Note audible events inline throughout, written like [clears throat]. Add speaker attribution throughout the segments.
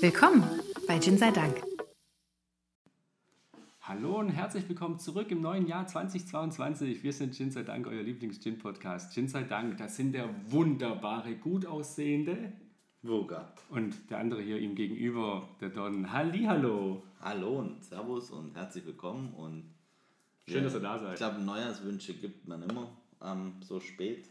Speaker 1: Willkommen bei Gin sei Dank.
Speaker 2: Hallo und herzlich willkommen zurück im neuen Jahr 2022. Wir sind Gin sei Dank, euer Lieblings-Gin-Podcast. Gin sei Dank, das sind der wunderbare, gut aussehende
Speaker 3: Vulgar.
Speaker 2: und der andere hier ihm gegenüber, der Don. Hallihallo.
Speaker 3: Hallo und Servus und herzlich willkommen und
Speaker 2: Schön, dass ihr da seid.
Speaker 3: Ich glaube, Neujahrswünsche gibt man immer ähm, so spät.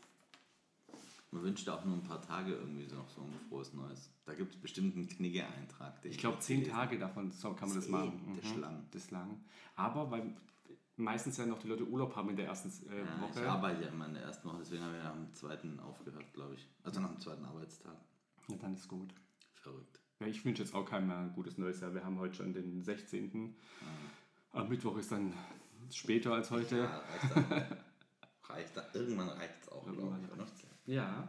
Speaker 3: Man wünscht auch nur ein paar Tage irgendwie so noch so ein frohes Neues. Da gibt es bestimmt einen Knigge-Eintrag. den
Speaker 2: Ich glaube,
Speaker 3: jetzt
Speaker 2: zehn
Speaker 3: gelesen
Speaker 2: Tage davon so kann man das Mhm.
Speaker 3: Zehn,
Speaker 2: machen.
Speaker 3: das ist lang.
Speaker 2: Das ist lang. Aber weil meistens ja noch die Leute Urlaub haben in der ersten äh,
Speaker 3: habe. Ja,
Speaker 2: Woche.
Speaker 3: ich arbeite ja immer in der ersten Woche, deswegen habe ich am zweiten aufgehört, glaube ich. Also nach dem zweiten Arbeitstag.
Speaker 2: ja, dann ist gut.
Speaker 3: Verrückt.
Speaker 2: Ja, ich wünsche jetzt auch keinem mehr ein gutes neues Jahr. Wir haben heute schon den 16.
Speaker 3: Ah.
Speaker 2: Am Mittwoch ist dann später als heute.
Speaker 3: Ja, reicht da.
Speaker 2: [laughs]
Speaker 3: reicht da. Irgendwann reicht es auch, glaube ich. Oder?
Speaker 2: Ja.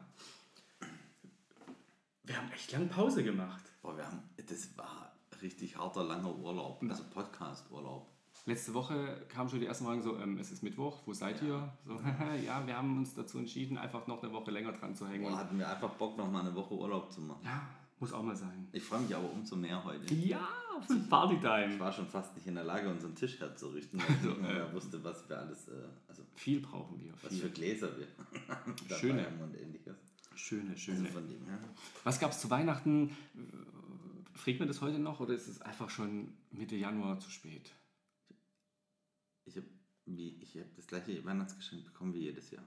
Speaker 2: Wir haben echt lange Pause gemacht.
Speaker 3: Boah, wir haben, das war richtig harter, langer Urlaub. Also Podcast-Urlaub.
Speaker 2: Letzte Woche kamen schon die ersten Fragen so, ähm, es ist Mittwoch, wo seid ihr? So, [laughs] ja, wir haben uns dazu entschieden, einfach noch eine Woche länger dran zu hängen.
Speaker 3: Boah,
Speaker 2: Und,
Speaker 3: hatten wir einfach Bock, noch mal eine Woche Urlaub zu machen.
Speaker 2: ja, muss auch mal sein.
Speaker 3: Ich freue mich aber umso mehr heute.
Speaker 2: Ja, Partytime.
Speaker 3: Ich war schon fast nicht in der Lage, unseren Tisch herzurichten, weil ich nicht mehr wusste, was wir alles, äh, also
Speaker 2: Viel brauchen wir.
Speaker 3: was für
Speaker 2: Viel.
Speaker 3: Gläser wir [laughs] dabei
Speaker 2: Schöne.
Speaker 3: haben und ähnliches.
Speaker 2: Schöne,
Speaker 3: Also
Speaker 2: schöne.
Speaker 3: von dem her.
Speaker 2: Was gab es zu Weihnachten? Äh, Fragt man das heute noch oder ist es einfach schon Mitte Januar zu spät?
Speaker 3: Ich habe ich hab das gleiche Weihnachtsgeschenk bekommen wie jedes Jahr.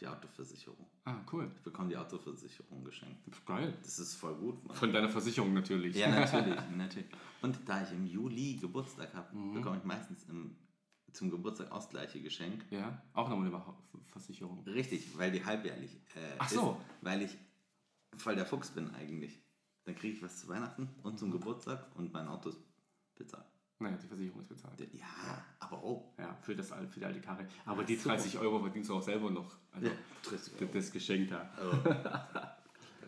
Speaker 3: Die Autoversicherung.
Speaker 2: Ah, cool.
Speaker 3: Ich bekomme die Autoversicherung geschenkt.
Speaker 2: Geil.
Speaker 3: Das ist voll gut, Mann.
Speaker 2: Von deiner Versicherung natürlich. [laughs]
Speaker 3: Ja, natürlich, natürlich. Und da ich im Juli Geburtstag habe,
Speaker 2: Mhm.
Speaker 3: bekomme ich meistens im, zum Geburtstag auch das gleiche Geschenk.
Speaker 2: Ja, auch nochmal eine Wa- Versicherung.
Speaker 3: Richtig, weil die halbjährlich äh,
Speaker 2: Ach so.
Speaker 3: ist, weil ich voll der Fuchs bin eigentlich. Dann kriege ich was zu Weihnachten und
Speaker 2: Mhm.
Speaker 3: zum Geburtstag und mein Auto ist bezahlt.
Speaker 2: Naja, die Versicherung ist bezahlt.
Speaker 3: Ja, aber oh.
Speaker 2: Ja, für, das, al- für die alte Karre. Aber die
Speaker 3: super.
Speaker 2: 30 Euro verdienst du auch selber noch. Also,
Speaker 3: Ja, 30
Speaker 2: d-
Speaker 3: Euro.
Speaker 2: Das Geschenk da.
Speaker 3: Also, Oh. der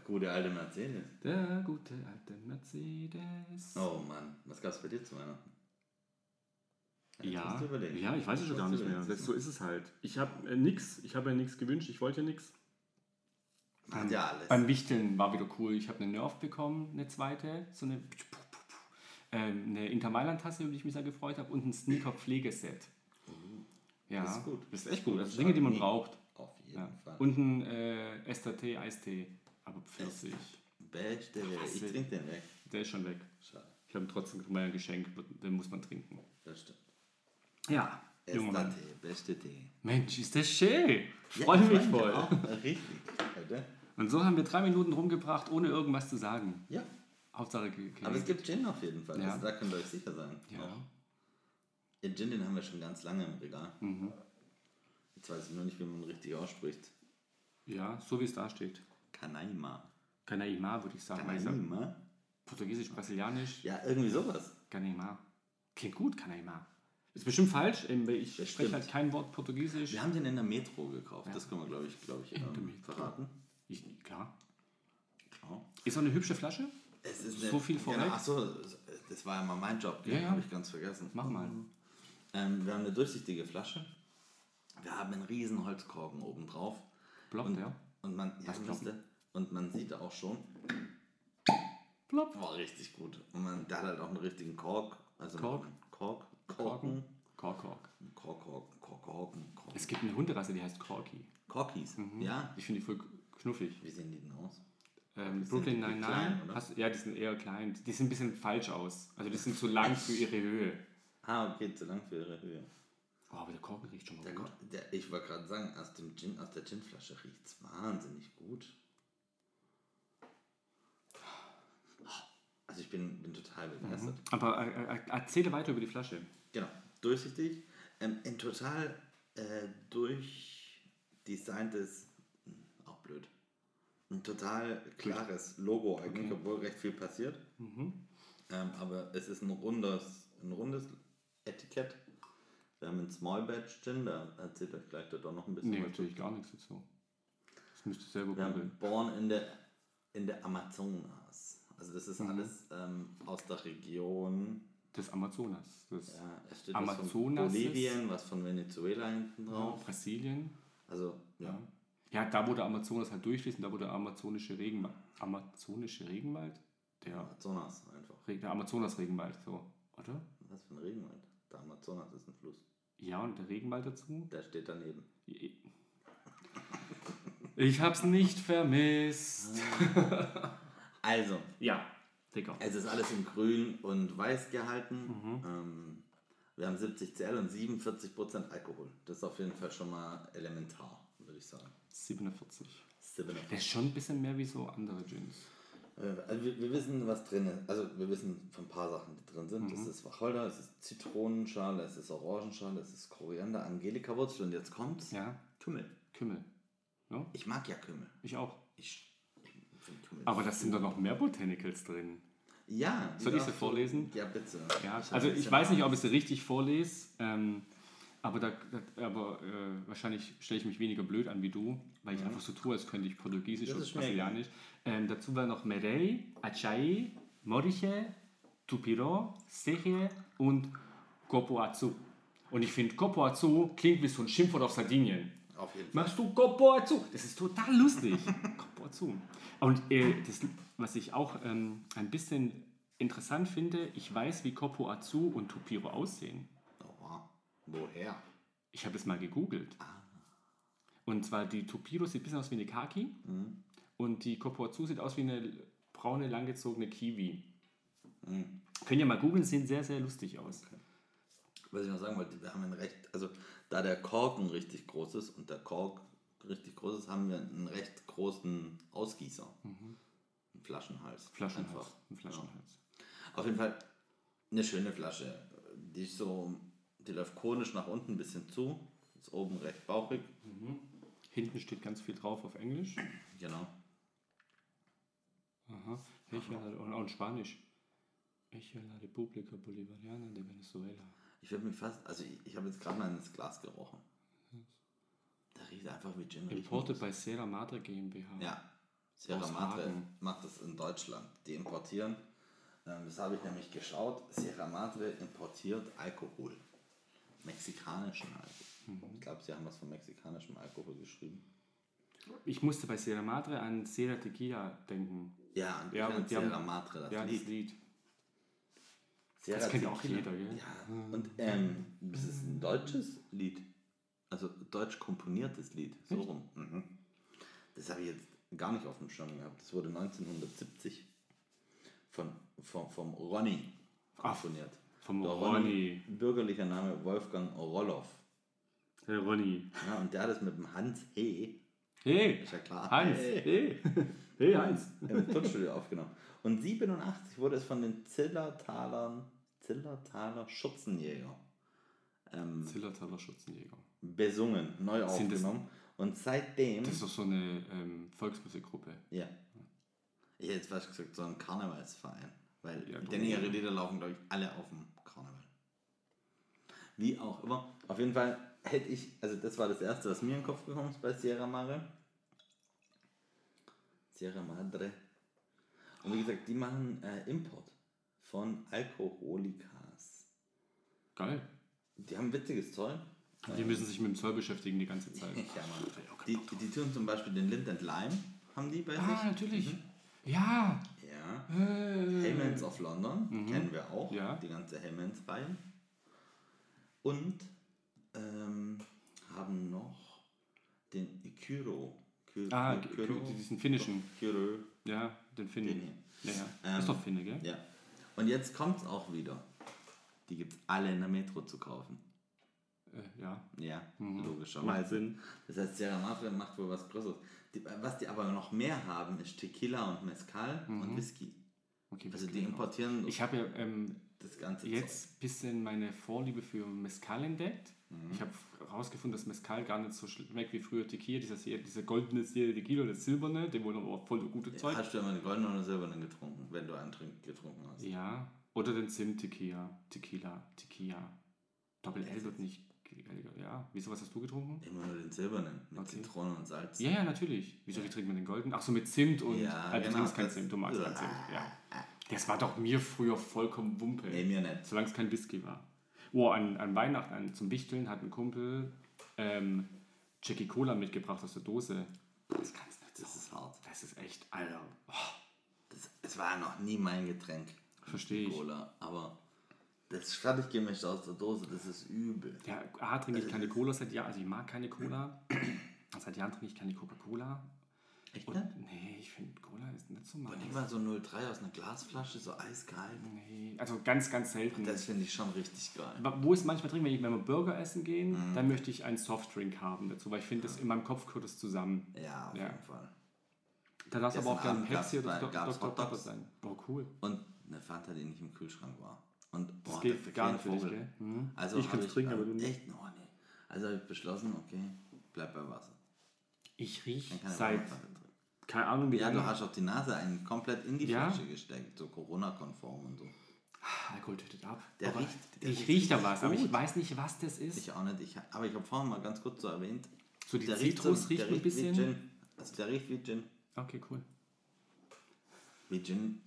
Speaker 3: gute alte Mercedes.
Speaker 2: Der gute alte Mercedes.
Speaker 3: Oh Mann, was gab's bei dir zu Weihnachten? jetzt
Speaker 2: ja.
Speaker 3: musst du überlegen.
Speaker 2: ja, ich weiß es schon gar
Speaker 3: Musst
Speaker 2: nicht
Speaker 3: du
Speaker 2: mehr.
Speaker 3: überlegen.
Speaker 2: Das, so ist es halt. Ich habe äh, nix, ich habe ja nichts gewünscht, ich wollte nichts.
Speaker 3: Man hat ja alles.
Speaker 2: Beim Wichteln war wieder cool. Ich habe eine Nerf bekommen, eine zweite, so eine, ähm, eine Inter Mailand-Tasse, über die ich mich sehr gefreut habe, und ein Sneaker-Pflegeset. Ja,
Speaker 3: Oh, das ist gut.
Speaker 2: Das ist echt gut. Das
Speaker 3: Schadet
Speaker 2: sind Dinge, die man
Speaker 3: nie.
Speaker 2: braucht.
Speaker 3: Auf jeden
Speaker 2: Ja.
Speaker 3: Fall.
Speaker 2: Und ein äh, Eistee, Eistee. Aber Pfirsich.
Speaker 3: Beste Welt. Ich
Speaker 2: Klasse.
Speaker 3: trinke den weg.
Speaker 2: Der ist schon weg.
Speaker 3: Schade,
Speaker 2: Ich habe ihm trotzdem mein Geschenk, den muss man trinken.
Speaker 3: das stimmt.
Speaker 2: Ja, junger
Speaker 3: Erster
Speaker 2: Mann.
Speaker 3: Tee, beste Tee.
Speaker 2: Mensch, ist das schön. Freue
Speaker 3: Ja, ich
Speaker 2: mich
Speaker 3: freu
Speaker 2: voll.
Speaker 3: auch. Richtig, Alter.
Speaker 2: Und so haben wir drei Minuten rumgebracht, ohne irgendwas zu sagen.
Speaker 3: Ja,
Speaker 2: Hauptsache ge-
Speaker 3: aber es
Speaker 2: geredet.
Speaker 3: gibt Gin auf jeden Fall.
Speaker 2: Ja.
Speaker 3: Also, da könnt ihr euch sicher sein.
Speaker 2: Ja.
Speaker 3: Den Gin, den haben wir schon ganz lange im Regal.
Speaker 2: Mhm.
Speaker 3: Jetzt weiß ich nur nicht, wie man ihn richtig ausspricht.
Speaker 2: ja, so wie es da steht.
Speaker 3: Canaima.
Speaker 2: Canaima, würde ich sagen. Weil ich sag,
Speaker 3: Canaima?
Speaker 2: Portugiesisch, Brasilianisch.
Speaker 3: Ja, irgendwie sowas.
Speaker 2: Canaima. Klingt gut, Canaima. Ist bestimmt falsch. ähm, weil Ich spreche
Speaker 3: Bestimmt.
Speaker 2: halt kein Wort Portugiesisch.
Speaker 3: Wir haben den in der Metro gekauft. Das können wir, glaube ich, glaube ich ähm, verraten.
Speaker 2: Ich, klar.
Speaker 3: Genau.
Speaker 2: Ist auch eine hübsche Flasche.
Speaker 3: Es ist
Speaker 2: So viel vorweg?
Speaker 3: Genau, Achso, das war ja mal mein Job.
Speaker 2: Ja,
Speaker 3: Ja,
Speaker 2: ja.
Speaker 3: Habe ich ganz vergessen.
Speaker 2: Mach mal.
Speaker 3: Mhm. Ähm, wir haben eine durchsichtige Flasche. Wir haben einen riesen Holzkorken oben drauf.
Speaker 2: Ploppt,
Speaker 3: und,
Speaker 2: ja.
Speaker 3: Und man, ja, müsste, und man sieht auch schon,
Speaker 2: Plopp.
Speaker 3: war richtig gut. Und man, der hat halt auch einen richtigen Kork. Also
Speaker 2: Kork?
Speaker 3: einen Kork.
Speaker 2: Korken.
Speaker 3: Korken.
Speaker 2: Kork, Kork.
Speaker 3: Kork, Kork, Kork, Korken, Kork.
Speaker 2: Es Mhm. gibt eine Hunderasse, die heißt Corky.
Speaker 3: Korkis. Ja.
Speaker 2: Ich finde die voll knuffig.
Speaker 3: Wie sehen die denn aus?
Speaker 2: Ähm,
Speaker 3: sind
Speaker 2: Brooklyn
Speaker 3: die klein,
Speaker 2: Nine-Nine.
Speaker 3: oder?
Speaker 2: hast- Ja, die sind eher klein. Die sehen ein bisschen falsch aus. Also die sind zu lang für ihre Höhe.
Speaker 3: Ah, okay, zu lang für ihre Höhe.
Speaker 2: Oh, aber der Korken riecht schon mal
Speaker 3: Der,
Speaker 2: gut.
Speaker 3: Kork- der, ich wollte gerade sagen, aus, dem Gin, aus der Ginflasche riecht es wahnsinnig gut.
Speaker 2: Ah.
Speaker 3: Also ich bin, bin total begeistert.
Speaker 2: Aber äh, äh, erzähle weiter über die Flasche.
Speaker 3: Genau, durchsichtig. Ähm, ein total äh, durchdesigntes, hm, auch blöd, ein total klares Logo eigentlich, obwohl recht viel passiert.
Speaker 2: Mhm.
Speaker 3: Ähm, aber es ist ein rundes, ein rundes Etikett. Wir haben einen Small Batch Gin, da erzählt euch gleich der Don noch ein bisschen
Speaker 2: Nee,
Speaker 3: was zu.
Speaker 2: natürlich gar nichts dazu. Das müsst ihr selber
Speaker 3: Wir
Speaker 2: googeln.
Speaker 3: haben Born in der, in der Amazonas. Also das ist
Speaker 2: Mhm.
Speaker 3: alles ähm, aus der Region
Speaker 2: Des Amazonas. Des
Speaker 3: Ja, es steht
Speaker 2: Amazonas
Speaker 3: was von Bolivien, was von Venezuela hinten
Speaker 2: ja,
Speaker 3: drauf.
Speaker 2: Brasilien.
Speaker 3: Also, ja.
Speaker 2: Ja. ja, da wo der Amazonas halt durchfließt und da wo der amazonische Regenwald. Amazonische Regenwald? Der,
Speaker 3: Amazonas einfach.
Speaker 2: Reg- der Amazonas-Regenwald, so, oder?
Speaker 3: Was für ein Regenwald? Der Amazonas ist ein Fluss.
Speaker 2: Ja, und der Regenwald dazu?
Speaker 3: Der steht daneben.
Speaker 2: Ich hab's nicht vermisst.
Speaker 3: Also,
Speaker 2: Ja, Dicker.
Speaker 3: es ist alles in grün und weiß gehalten.
Speaker 2: Mhm.
Speaker 3: Ähm, wir haben 70 Cl und 47% Alkohol. Das ist auf jeden Fall schon mal elementar, würde ich sagen.
Speaker 2: 47.
Speaker 3: Seven Up.
Speaker 2: Der ist schon ein bisschen mehr wie so andere Gins.
Speaker 3: Äh, Also wir, wir wissen, was drin ist. Also wir wissen von ein paar Sachen, die drin sind.
Speaker 2: Mhm.
Speaker 3: Das ist Wacholder, es ist Zitronenschale, es ist Orangenschale, es ist Koriander, Angelika-Wurzel und jetzt kommt's.
Speaker 2: Ja,
Speaker 3: Kümmel.
Speaker 2: Kümmel.
Speaker 3: Ich mag ja Kümmel.
Speaker 2: Ich auch.
Speaker 3: Ich, ich finde Kümmel.
Speaker 2: Aber das sind doch noch mehr Botanicals drin.
Speaker 3: ja.
Speaker 2: Soll ich sie
Speaker 3: ja.
Speaker 2: vorlesen?
Speaker 3: Ja, bitte.
Speaker 2: Ja,
Speaker 3: hab
Speaker 2: also
Speaker 3: ein
Speaker 2: ich
Speaker 3: bisschen
Speaker 2: weiß nicht, ob ich
Speaker 3: Angst.
Speaker 2: sie richtig vorlese, ähm, aber, da, da, aber äh, wahrscheinlich stelle ich mich weniger blöd an wie du, weil ich einfach so tue, als könnte ich Portugiesisch
Speaker 3: Das
Speaker 2: und
Speaker 3: ist mir egal.
Speaker 2: Brasilianisch. Ähm, dazu waren noch Merei, Achai, Moriche, Tupiro, Seche und Copo Azul. Und ich finde, Copo Azul klingt wie so ein Schimpfwort auf Sardinien.
Speaker 3: Auf jeden Fall.
Speaker 2: Machst du Koppo zu? Das ist total lustig. Koppo zu. Und äh, das, was ich auch ähm, ein bisschen interessant finde, ich weiß, wie Koppo Azu und Tupiro aussehen.
Speaker 3: Oha. Oh, Woher?
Speaker 2: Ich habe es mal gegoogelt. Und zwar die Tupiro sieht ein bisschen aus wie eine Kaki und die Koppo Azu sieht aus wie eine braune, langgezogene Kiwi. Könnt ihr mal googeln, sehen sehr, sehr lustig aus.
Speaker 3: Was ich noch sagen wollte, wir haben ein recht, also da der Korken richtig groß ist und der Kork richtig groß ist, haben wir einen recht großen Ausgießer. Einen Flaschenhals.
Speaker 2: Mhm. Flaschenhals.
Speaker 3: Einfach.
Speaker 2: Ein Flaschenhals.
Speaker 3: Auf jeden Fall eine schöne Flasche. Die ist so, die läuft konisch nach unten ein bisschen zu. Ist oben recht bauchig.
Speaker 2: Hinten steht ganz viel drauf auf Englisch.
Speaker 3: Genau.
Speaker 2: Ajá. Ella, und, und Spanisch. Ella la República Bolivariana de Venezuela.
Speaker 3: Ich würde mir fast, also ich, ich habe jetzt gerade mal ins Glas gerochen. Da riecht einfach wie Gin. riechen
Speaker 2: Imported
Speaker 3: muss.
Speaker 2: by Sierra Madre GmbH.
Speaker 3: Ja. Sierra
Speaker 2: Aus
Speaker 3: Madre
Speaker 2: Hagen.
Speaker 3: macht das in Deutschland. Die importieren. Ähm, Das habe ich nämlich geschaut. Sierra Madre importiert Alkohol. Mexikanischen Alkohol.
Speaker 2: Mhm.
Speaker 3: Ich glaube, sie haben was von mexikanischem Alkohol geschrieben.
Speaker 2: Ich musste bei Sierra Madre an Sierra Tequila denken.
Speaker 3: Ja, und
Speaker 2: Ja,
Speaker 3: ja,
Speaker 2: und die
Speaker 3: Sierra
Speaker 2: haben-
Speaker 3: Madre, das
Speaker 2: ja,
Speaker 3: Lied.
Speaker 2: das Lied.
Speaker 3: Sierra
Speaker 2: das kennt auch
Speaker 3: Tequila.
Speaker 2: jeder, gell? Mhm.
Speaker 3: Ja, und ähm, das ist ein deutsches Lied. Also deutsch komponiertes Lied. So rum. Mhm. Das habe ich jetzt gar nicht auf dem Schirm gehabt. Das wurde 1970 von, von, vom Ronny
Speaker 2: Ach,
Speaker 3: komponiert.
Speaker 2: vom
Speaker 3: Der
Speaker 2: Ronny.
Speaker 3: Bürgerlicher Name Wolfgang Orloff.
Speaker 2: Hey Ronny.
Speaker 3: Ja, und der hat es mit dem Hans He,
Speaker 2: Hey!
Speaker 3: ist ja klar, Hm.
Speaker 2: Hans! Hey! Hey Hans!
Speaker 3: im Tonstudio aufgenommen. Und 87 wurde es von den Zillertalern, Zillertaler Schürzenjäger ähm,
Speaker 2: Zillertaler Schürzenjäger.
Speaker 3: besungen, neu
Speaker 2: Sind das-
Speaker 3: aufgenommen. Und seitdem.
Speaker 2: Das ist doch so eine ähm, Volksmusikgruppe.
Speaker 3: ja. Ich hätte jetzt fast gesagt, so ein Karnevalsverein. Weil
Speaker 2: Ja,
Speaker 3: denn
Speaker 2: du-
Speaker 3: ihre Lieder laufen, glaube ich, alle auf dem Karneval. Wie auch immer. Auf jeden Fall hätte ich, also das war das Erste, was mir in den Kopf gekommen ist bei Sierra Madre. Sierra Madre. Und wie gesagt, die machen äh, Import von Alkoholikas.
Speaker 2: Geil.
Speaker 3: Die haben witziges Zeug.
Speaker 2: Die müssen sich mit dem Zoll beschäftigen die ganze Zeit.
Speaker 3: [laughs] Ja, Mann. Die, die tun zum Beispiel den Lind and Lime, haben die bei
Speaker 2: Ah,
Speaker 3: sich. Mhm.
Speaker 2: natürlich. Ja.
Speaker 3: Ja.
Speaker 2: Äh.
Speaker 3: Heyman's of London kennen wir auch,
Speaker 2: Mhm. Ja.
Speaker 3: die ganze Heyman's-Reihe. Und ähm, haben noch den Kyro. Kyro
Speaker 2: Ah, Ky- diesen finnischen.
Speaker 3: Kyro.
Speaker 2: Ja, den Finne.
Speaker 3: Den
Speaker 2: Ja, ja.
Speaker 3: Ähm,
Speaker 2: ist doch Finne, gell?
Speaker 3: Ja. Und jetzt kommt's auch wieder. Die gibt's alle in der Metro zu kaufen.
Speaker 2: Äh, ja.
Speaker 3: Ja, logischerweise. Mhm. Das heißt, Sierra Madre macht wohl was Größeres. Die, was die aber noch mehr haben, ist Tequila und Mezcal
Speaker 2: Mhm.
Speaker 3: und Whisky.
Speaker 2: Okay,
Speaker 3: Also
Speaker 2: das
Speaker 3: die
Speaker 2: geht noch.
Speaker 3: importieren
Speaker 2: Ich habe ja ähm,
Speaker 3: das ganze
Speaker 2: jetzt ein bisschen meine Vorliebe für Mezcal entdeckt.
Speaker 3: Mhm.
Speaker 2: Ich habe herausgefunden, dass Mezcal gar nicht so schmeckt wie früher Tequila. Dieses, hier- diese goldene Serie Tequila, das silberne, dem wohl noch voll das gute
Speaker 3: Zeug.
Speaker 2: Zeug.
Speaker 3: Hast du immer einen goldenen oder silbernen getrunken, wenn du einen trink, getrunken hast?
Speaker 2: Ja. Oder den Sim Tequila. Tequila. Tequila. Doppel L wird nicht. Ja. Wieso, was hast du getrunken?
Speaker 3: Immer nur den silbernen mit
Speaker 2: Okay.
Speaker 3: Zitrone und Salz.
Speaker 2: Ja, ja, natürlich. Wieso, wie trinkt man den Golden? Ach so, mit Zimt und...
Speaker 3: Ja,
Speaker 2: ah, du
Speaker 3: genau,
Speaker 2: trinkst kein
Speaker 3: das- Ah,
Speaker 2: Zimt, du magst kein Zimt, ja. Das war doch mir früher vollkommen Wumpe.
Speaker 3: Nee, mir nicht.
Speaker 2: Solange es kein Whisky war. Oh, an, an Weihnachten an, zum Wichteln hat ein Kumpel ähm, Jackie Cola mitgebracht aus der Dose. Das kannst du nicht.
Speaker 3: Das ist hart.
Speaker 2: Das ist echt, Alter. Oh,
Speaker 3: Das ist Es war noch nie mein Getränk.
Speaker 2: Verstehe ich.
Speaker 3: Cola, aber das fertig gemischt aus der Dose, das ist übel.
Speaker 2: Ja, A, trinke
Speaker 3: Äh,
Speaker 2: ich keine Cola seit Jahren, also ich mag keine Cola. [clears throat] Seit Jahren trinke ich keine Coca-Cola.
Speaker 3: Echt
Speaker 2: Und
Speaker 3: ne?
Speaker 2: nee, ich finde Cola ist nicht so
Speaker 3: Und
Speaker 2: meins.
Speaker 3: immer so 03 aus einer Glasflasche, so eiskalt.
Speaker 2: Nee, also ganz, ganz selten.
Speaker 3: Das finde ich schon richtig geil.
Speaker 2: Wa- Wo ich es manchmal trinke, wenn, ich, wenn wir Burger essen gehen,
Speaker 3: Mhm.
Speaker 2: dann möchte ich einen Softdrink haben dazu, weil ich finde, das in meinem Kopf gehört das zusammen.
Speaker 3: Ja, auf
Speaker 2: Ja.
Speaker 3: jeden Fall.
Speaker 2: Da darf es aber
Speaker 3: Gestern
Speaker 2: auch gerne
Speaker 3: Abend
Speaker 2: Pepsi
Speaker 3: gab's
Speaker 2: oder
Speaker 3: bei-
Speaker 2: Dr.
Speaker 3: gab's
Speaker 2: Dr.
Speaker 3: Hot Dogs.
Speaker 2: Pepper sein. Boah, cool.
Speaker 3: Und eine Fanta, die nicht im Kühlschrank war. Und
Speaker 2: Das
Speaker 3: boah,
Speaker 2: geht
Speaker 3: der
Speaker 2: gar nicht
Speaker 3: kleine
Speaker 2: für dich,
Speaker 3: Vogel.
Speaker 2: gell? Mhm.
Speaker 3: Also
Speaker 2: Ich
Speaker 3: hab
Speaker 2: kann's trinken,
Speaker 3: dann
Speaker 2: aber du nicht.
Speaker 3: Echt? Oh, nee. Also habe ich beschlossen, okay, bleib bei Wasser.
Speaker 2: Ich rieche
Speaker 3: Dann kann ich
Speaker 2: seit,
Speaker 3: auch Wasser trinken.
Speaker 2: keine Ahnung wie
Speaker 3: Ja, du
Speaker 2: lange,
Speaker 3: hast auf die Nase einen komplett in die
Speaker 2: Ja?
Speaker 3: Flasche gesteckt, so Corona-konform und so.
Speaker 2: Alkohol tötet ab.
Speaker 3: Der
Speaker 2: aber
Speaker 3: riecht- der
Speaker 2: ich
Speaker 3: riecht
Speaker 2: rieche da
Speaker 3: richtig
Speaker 2: was, aber ich
Speaker 3: gut.
Speaker 2: weiß nicht, was das ist.
Speaker 3: Ich auch nicht. Ich, aber ich habe vorhin mal ganz kurz so erwähnt.
Speaker 2: So die
Speaker 3: riecht
Speaker 2: Zitrus riecht
Speaker 3: der
Speaker 2: ein bisschen.
Speaker 3: Wie Gin. Also der riecht wie Gin.
Speaker 2: Okay, cool.
Speaker 3: Wie Gin.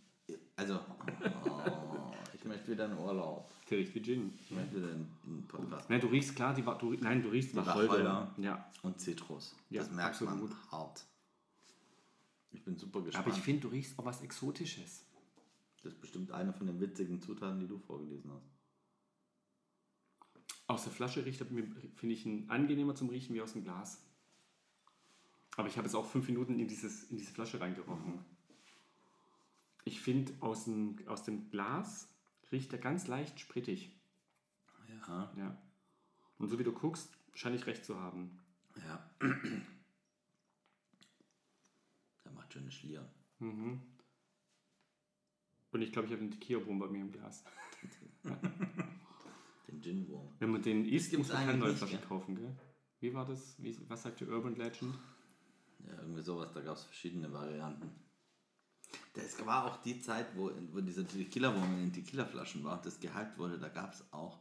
Speaker 3: Also, [laughs] oh, ich möchte wieder in Urlaub.
Speaker 2: Der riecht wie Gin.
Speaker 3: Ich möchte wieder in einen Podcast.
Speaker 2: Nein, du riechst klar, die, Wa- du, nein, du riechst Wacholder.
Speaker 3: Wacholder.
Speaker 2: Ja,
Speaker 3: Und Zitrus.
Speaker 2: Ja,
Speaker 3: das merkt man
Speaker 2: absolut.
Speaker 3: hart. Ich bin super gespannt.
Speaker 2: aber ich finde, du riechst auch was Exotisches.
Speaker 3: das ist bestimmt eine von den witzigen Zutaten, die du vorgelesen hast.
Speaker 2: Aus der Flasche riecht er, mir- finde ich, ein angenehmer zum Riechen wie aus dem Glas. Aber ich habe jetzt auch fünf Minuten in, dieses, in diese Flasche reingerochen.
Speaker 3: Mhm.
Speaker 2: Ich finde, aus dem, aus dem Glas riecht er ganz leicht sprittig.
Speaker 3: Ja.
Speaker 2: Ja. Und so wie du guckst, scheine ich recht zu haben.
Speaker 3: Ja. [clears throat] Der macht schöne Schlieren.
Speaker 2: Mhm. Und ich glaube, ich habe einen Tequila-Brum bei mir im Glas.
Speaker 3: Den Ginwurm.
Speaker 2: Wenn man den isst,
Speaker 3: gibt's
Speaker 2: muss man keine
Speaker 3: eigentlich
Speaker 2: neue
Speaker 3: nicht,
Speaker 2: Flasche
Speaker 3: gell?
Speaker 2: kaufen, gell? Wie war das? Wie, was sagte Urban Legend?
Speaker 3: Ja, irgendwie sowas. Da gab es verschiedene Varianten. Das war auch die Zeit, wo, wo dieser Tequila-Wurm in den Tequila-Flaschen war und das gehypt wurde. Da gab es auch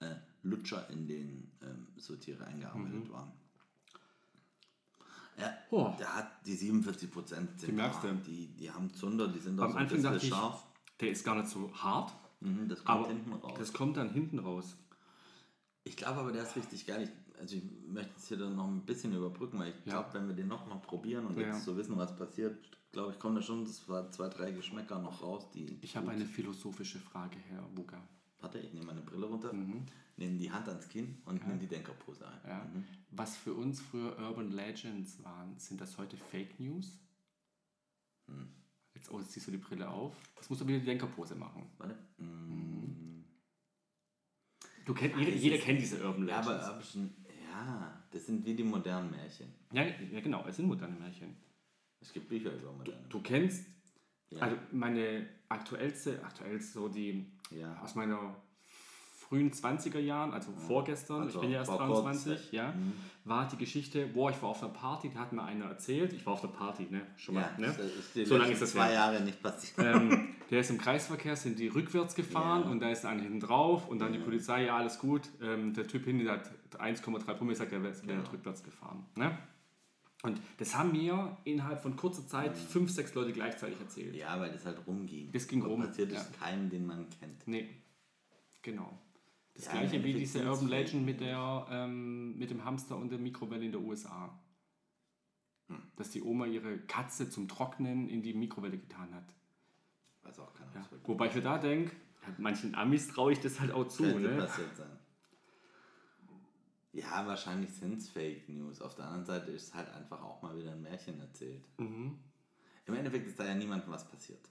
Speaker 3: äh, Lutscher, in denen ähm, so Tiere
Speaker 2: Mhm.
Speaker 3: eingearbeitet waren. Ja,
Speaker 2: Oh.
Speaker 3: der hat die 47 Prozent.
Speaker 2: Die merkst du.
Speaker 3: Die, die haben Zunder, die sind auch
Speaker 2: Am
Speaker 3: so ein
Speaker 2: Anfang
Speaker 3: bisschen
Speaker 2: dachte ich,
Speaker 3: scharf.
Speaker 2: der ist gar nicht so hart,
Speaker 3: Mhm, das kommt
Speaker 2: aber
Speaker 3: hinten raus.
Speaker 2: das kommt dann hinten raus.
Speaker 3: Ich glaube aber, der ist richtig geil. Ich, also ich möchte es hier dann noch ein bisschen überbrücken, weil ich
Speaker 2: Ja.
Speaker 3: glaube, wenn wir den nochmal probieren und
Speaker 2: Ja.
Speaker 3: jetzt so wissen, was passiert, glaube ich, kommen da schon zwei, zwei, drei Geschmäcker noch raus. Die
Speaker 2: Ich habe eine philosophische Frage, Herr Buga.
Speaker 3: Warte, ich nehme meine Brille runter, nehme die Hand ans Kinn und nehme die Denkerpose ein.
Speaker 2: Mhm.
Speaker 3: Mhm.
Speaker 2: Ja? Was für uns früher Urban Legends waren, sind das heute Fake News?
Speaker 3: Hm.
Speaker 2: Jetzt oh, jetzt ziehst du die Brille auf. Jetzt musst du wieder die Denkerpose machen.
Speaker 3: Warte. Mhm.
Speaker 2: Mhm. Du kennt, jeder, jeder kennt diese Urban
Speaker 3: Ja,
Speaker 2: Legends.
Speaker 3: aber, aber schon, ja, das sind wie die modernen Märchen.
Speaker 2: ja, ja, genau, es sind moderne Märchen.
Speaker 3: Es gibt Bücher über moderne.
Speaker 2: Du kennst,
Speaker 3: Ja.
Speaker 2: also meine aktuellste, aktuell so die
Speaker 3: Ja.
Speaker 2: aus meiner frühen 20er Jahren, also vorgestern,
Speaker 3: Also
Speaker 2: ich bin ja erst
Speaker 3: vor
Speaker 2: 23,
Speaker 3: kurzem. Mhm.
Speaker 2: ja, war die Geschichte, boah, ich war auf einer Party, da hat mir einer erzählt, ich war auf der Party, ne, schon mal,
Speaker 3: ja,
Speaker 2: ne?
Speaker 3: das ist die
Speaker 2: so lange
Speaker 3: letzten
Speaker 2: ist das
Speaker 3: zwei
Speaker 2: her.
Speaker 3: Jahre nicht passiert.
Speaker 2: Ähm, der ist im Kreisverkehr, sind die rückwärts gefahren
Speaker 3: Ja.
Speaker 2: und da ist einer hinten drauf und dann die Polizei, ja, alles gut. Ähm, der Typ hinten hat 1,3 Promille, sagt, er wäre wäre rückwärts gefahren. Ne? Und das haben mir innerhalb von kurzer Zeit fünf, sechs Leute gleichzeitig erzählt.
Speaker 3: [laughs] Mhm. Ja, weil das halt rumging.
Speaker 2: Das ging
Speaker 3: Und
Speaker 2: rum,
Speaker 3: Passiert
Speaker 2: ja.
Speaker 3: ist keinem, den man kennt.
Speaker 2: Nee, genau. Das
Speaker 3: Ja,
Speaker 2: gleiche
Speaker 3: im
Speaker 2: wie
Speaker 3: Endeffekt
Speaker 2: diese
Speaker 3: sind's
Speaker 2: Urban
Speaker 3: Fake
Speaker 2: Legend mit, der, ähm, mit dem Hamster und der Mikrowelle in der USA.
Speaker 3: Hm.
Speaker 2: Dass die Oma ihre Katze zum Trocknen in die Mikrowelle getan hat.
Speaker 3: Weiß auch keiner,
Speaker 2: Ja.
Speaker 3: was wirklich
Speaker 2: Wobei ich mir da denke, manchen Amis traue ich das halt auch zu.
Speaker 3: könnte
Speaker 2: Ne?
Speaker 3: passiert sein. Ja, wahrscheinlich sind es Fake News. Auf der anderen Seite ist halt einfach auch mal wieder ein Märchen erzählt.
Speaker 2: Mhm.
Speaker 3: Im Endeffekt ist da ja niemandem was passiert.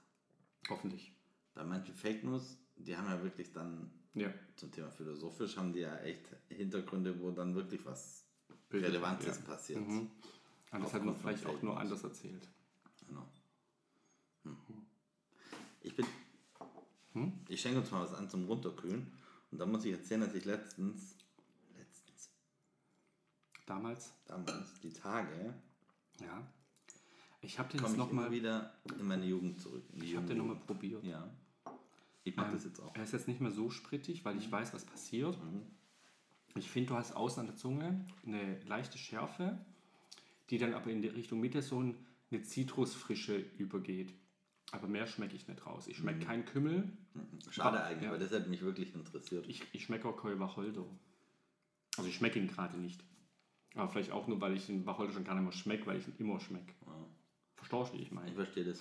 Speaker 2: Hoffentlich.
Speaker 3: Weil manche Fake News, die haben ja wirklich dann
Speaker 2: Ja.
Speaker 3: zum Thema philosophisch, haben die ja echt Hintergründe, wo dann wirklich was
Speaker 2: Bildet,
Speaker 3: Relevantes
Speaker 2: ja. Mhm.
Speaker 3: passiert.
Speaker 2: Und das
Speaker 3: Aufgrund
Speaker 2: hat man
Speaker 3: von
Speaker 2: vielleicht auch
Speaker 3: Fake
Speaker 2: nur
Speaker 3: News.
Speaker 2: anders erzählt.
Speaker 3: Genau. Hm.
Speaker 2: Mhm.
Speaker 3: Ich bin.
Speaker 2: Hm?
Speaker 3: Ich schenke uns mal was an zum Runterkühlen. Und da muss ich erzählen, dass ich letztens, letztens,
Speaker 2: Damals,
Speaker 3: damals, die Tage,
Speaker 2: ja. Ich habe den
Speaker 3: komme
Speaker 2: jetzt
Speaker 3: ich immer
Speaker 2: nochmal
Speaker 3: wieder in meine Jugend zurück. in die
Speaker 2: ich hab den noch mal Ähm,
Speaker 3: Jugendjugend.
Speaker 2: probiert.
Speaker 3: Ja. Ich mache das jetzt auch. Mhm.
Speaker 2: Er ist jetzt nicht mehr so sprittig, weil ich weiß, was passiert. Ich finde, du hast außen an der Zunge eine leichte Schärfe, die dann aber in die Richtung Mitte so ein- eine Zitrusfrische übergeht. Aber mehr schmecke ich nicht raus. Ich schmecke
Speaker 3: Mhm.
Speaker 2: keinen Kümmel,
Speaker 3: Schade eigentlich,
Speaker 2: Ja.
Speaker 3: weil das hat mich wirklich interessiert.
Speaker 2: Ich, ich schmecke auch kein Wacholder. Also ich schmecke ihn gerade nicht. Aber vielleicht auch nur, weil ich den Wacholder schon gar nicht mehr schmecke, weil ich ihn immer schmecke.
Speaker 3: Ja.
Speaker 2: Verstehst du, wie ich
Speaker 3: Ich
Speaker 2: meine?
Speaker 3: verstehe das.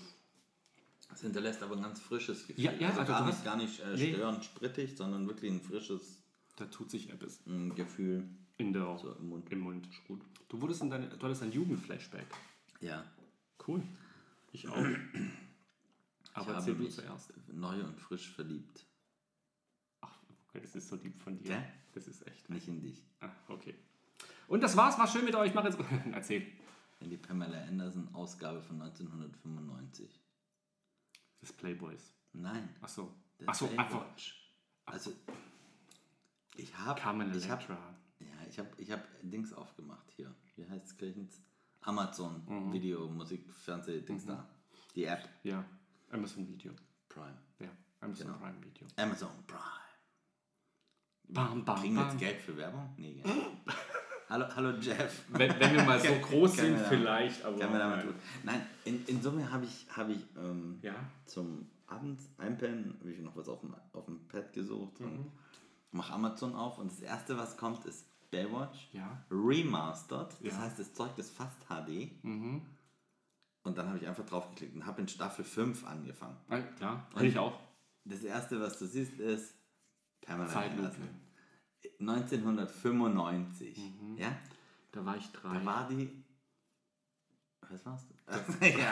Speaker 3: Es hinterlässt aber ein ganz frisches Gefühl.
Speaker 2: Ja, ja,
Speaker 3: also
Speaker 2: also
Speaker 3: gar,
Speaker 2: du
Speaker 3: nicht,
Speaker 2: hast-
Speaker 3: gar nicht äh,
Speaker 2: Nee.
Speaker 3: störend sprittig, sondern wirklich ein frisches
Speaker 2: Da tut sich etwas
Speaker 3: mm, Gefühl
Speaker 2: in der,
Speaker 3: so im Mund.
Speaker 2: im Mund. Gut. Du, wurdest in deine, du hattest ein Jugendflashback.
Speaker 3: Ja,
Speaker 2: Cool. Ich [clears throat] auch. Aber
Speaker 3: habe
Speaker 2: erzähl du
Speaker 3: mich-
Speaker 2: zuerst.
Speaker 3: neu und frisch verliebt.
Speaker 2: Ach, okay, das ist so lieb von dir.
Speaker 3: Gell?
Speaker 2: Das ist echt.
Speaker 3: Nicht in dich.
Speaker 2: Ah, okay. Und das war's, war schön mit euch. Mach jetzt. [laughs] Erzähl.
Speaker 3: In die Pamela Anderson Ausgabe von 1995.
Speaker 2: Das Playboys.
Speaker 3: Nein.
Speaker 2: Ach so.
Speaker 3: der
Speaker 2: Ach so, einfach.
Speaker 3: Baywatch. Also, ich habe
Speaker 2: Carmen
Speaker 3: ich hab, ja,
Speaker 2: Electra.
Speaker 3: ich habe ich hab Dings aufgemacht hier. Wie heißt es Kirchens? Amazon
Speaker 2: Mhm.
Speaker 3: Video, Musik, Fernseh, Dings da. Die App
Speaker 2: Ja. Amazon Video.
Speaker 3: Prime.
Speaker 2: Ja. Amazon
Speaker 3: Genau.
Speaker 2: Prime Video.
Speaker 3: Amazon Prime.
Speaker 2: Bam, bam,
Speaker 3: Kriegen wir jetzt
Speaker 2: bam.
Speaker 3: Geld für Werbung? Nee, gell. [laughs] hallo, hallo
Speaker 2: [laughs]
Speaker 3: Jeff.
Speaker 2: Wenn, wenn wir mal
Speaker 3: [laughs]
Speaker 2: so groß
Speaker 3: Können
Speaker 2: sind,
Speaker 3: wir da-
Speaker 2: vielleicht. Aber
Speaker 3: Können wir damit
Speaker 2: nein.
Speaker 3: tun. Nein, in, in Summe habe ich, hab ich ähm,
Speaker 2: Ja.
Speaker 3: zum Abends einpennen, habe ich noch was auf dem, auf dem Pad gesucht
Speaker 2: Mhm.
Speaker 3: und mache Amazon auf und das erste, was kommt, ist Baywatch.
Speaker 2: Ja.
Speaker 3: Remastered. Das
Speaker 2: Ja.
Speaker 3: heißt, das Zeug ist fast HD.
Speaker 2: Mhm.
Speaker 3: Und dann habe ich einfach draufgeklickt und habe in Staffel 5 angefangen.
Speaker 2: Ah, Klar. Hätte ich auch.
Speaker 3: Das erste, was du siehst, ist Pamela
Speaker 2: Zeitlupe.
Speaker 3: Anderson. 1995. Ja?
Speaker 2: Da war ich Mhm. drei.
Speaker 3: Da war die.
Speaker 2: [laughs]
Speaker 3: Was war's? [laughs] ja.